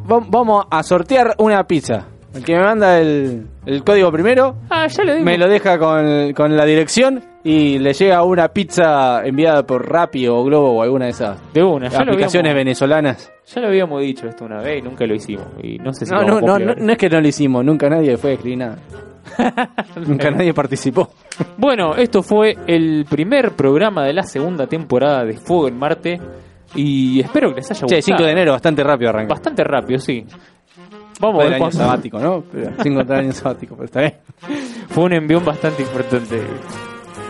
Speaker 1: vam- Vamos a sortear una pizza. El que me manda el, el código primero
Speaker 2: Ah, ya lo digo.
Speaker 1: me lo deja con, con la dirección y le llega una pizza enviada por Rappi o Globo o alguna de esas
Speaker 2: De una, ya lo
Speaker 1: aplicaciones
Speaker 2: habíamos,
Speaker 1: venezolanas.
Speaker 2: ya lo habíamos dicho esto una vez y nunca lo hicimos. Y no sé si
Speaker 1: No,
Speaker 2: lo
Speaker 1: no,
Speaker 2: vamos a
Speaker 1: no,
Speaker 2: cumplir
Speaker 1: no,
Speaker 2: ahora.
Speaker 1: no es que no lo hicimos, nunca nadie fue a escribir nada. nunca nadie participó.
Speaker 2: Bueno, esto fue el primer programa de la segunda temporada de Fuego en Marte. Y espero que les haya gustado.
Speaker 1: Che, 5 de enero, bastante rápido arrancó.
Speaker 2: Bastante rápido, sí. Vamos a
Speaker 1: Fue el
Speaker 2: ver
Speaker 1: año
Speaker 2: cuándo-
Speaker 1: sabático, ¿no? 5 de año sabático, pero está bien.
Speaker 2: Fue un envión bastante importante.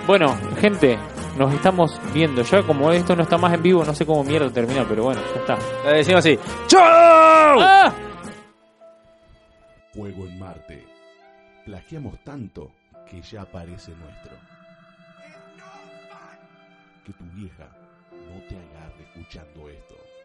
Speaker 2: Bueno, gente, nos estamos viendo. Ya como esto no está más en vivo, no sé cómo mierda termina, pero bueno, ya está.
Speaker 1: Le decimos así. ¡Chau!
Speaker 2: ¡Ah!
Speaker 3: Fuego en Marte. Plagiamos tanto que ya parece nuestro. Que tu vieja no te agarre escuchando esto.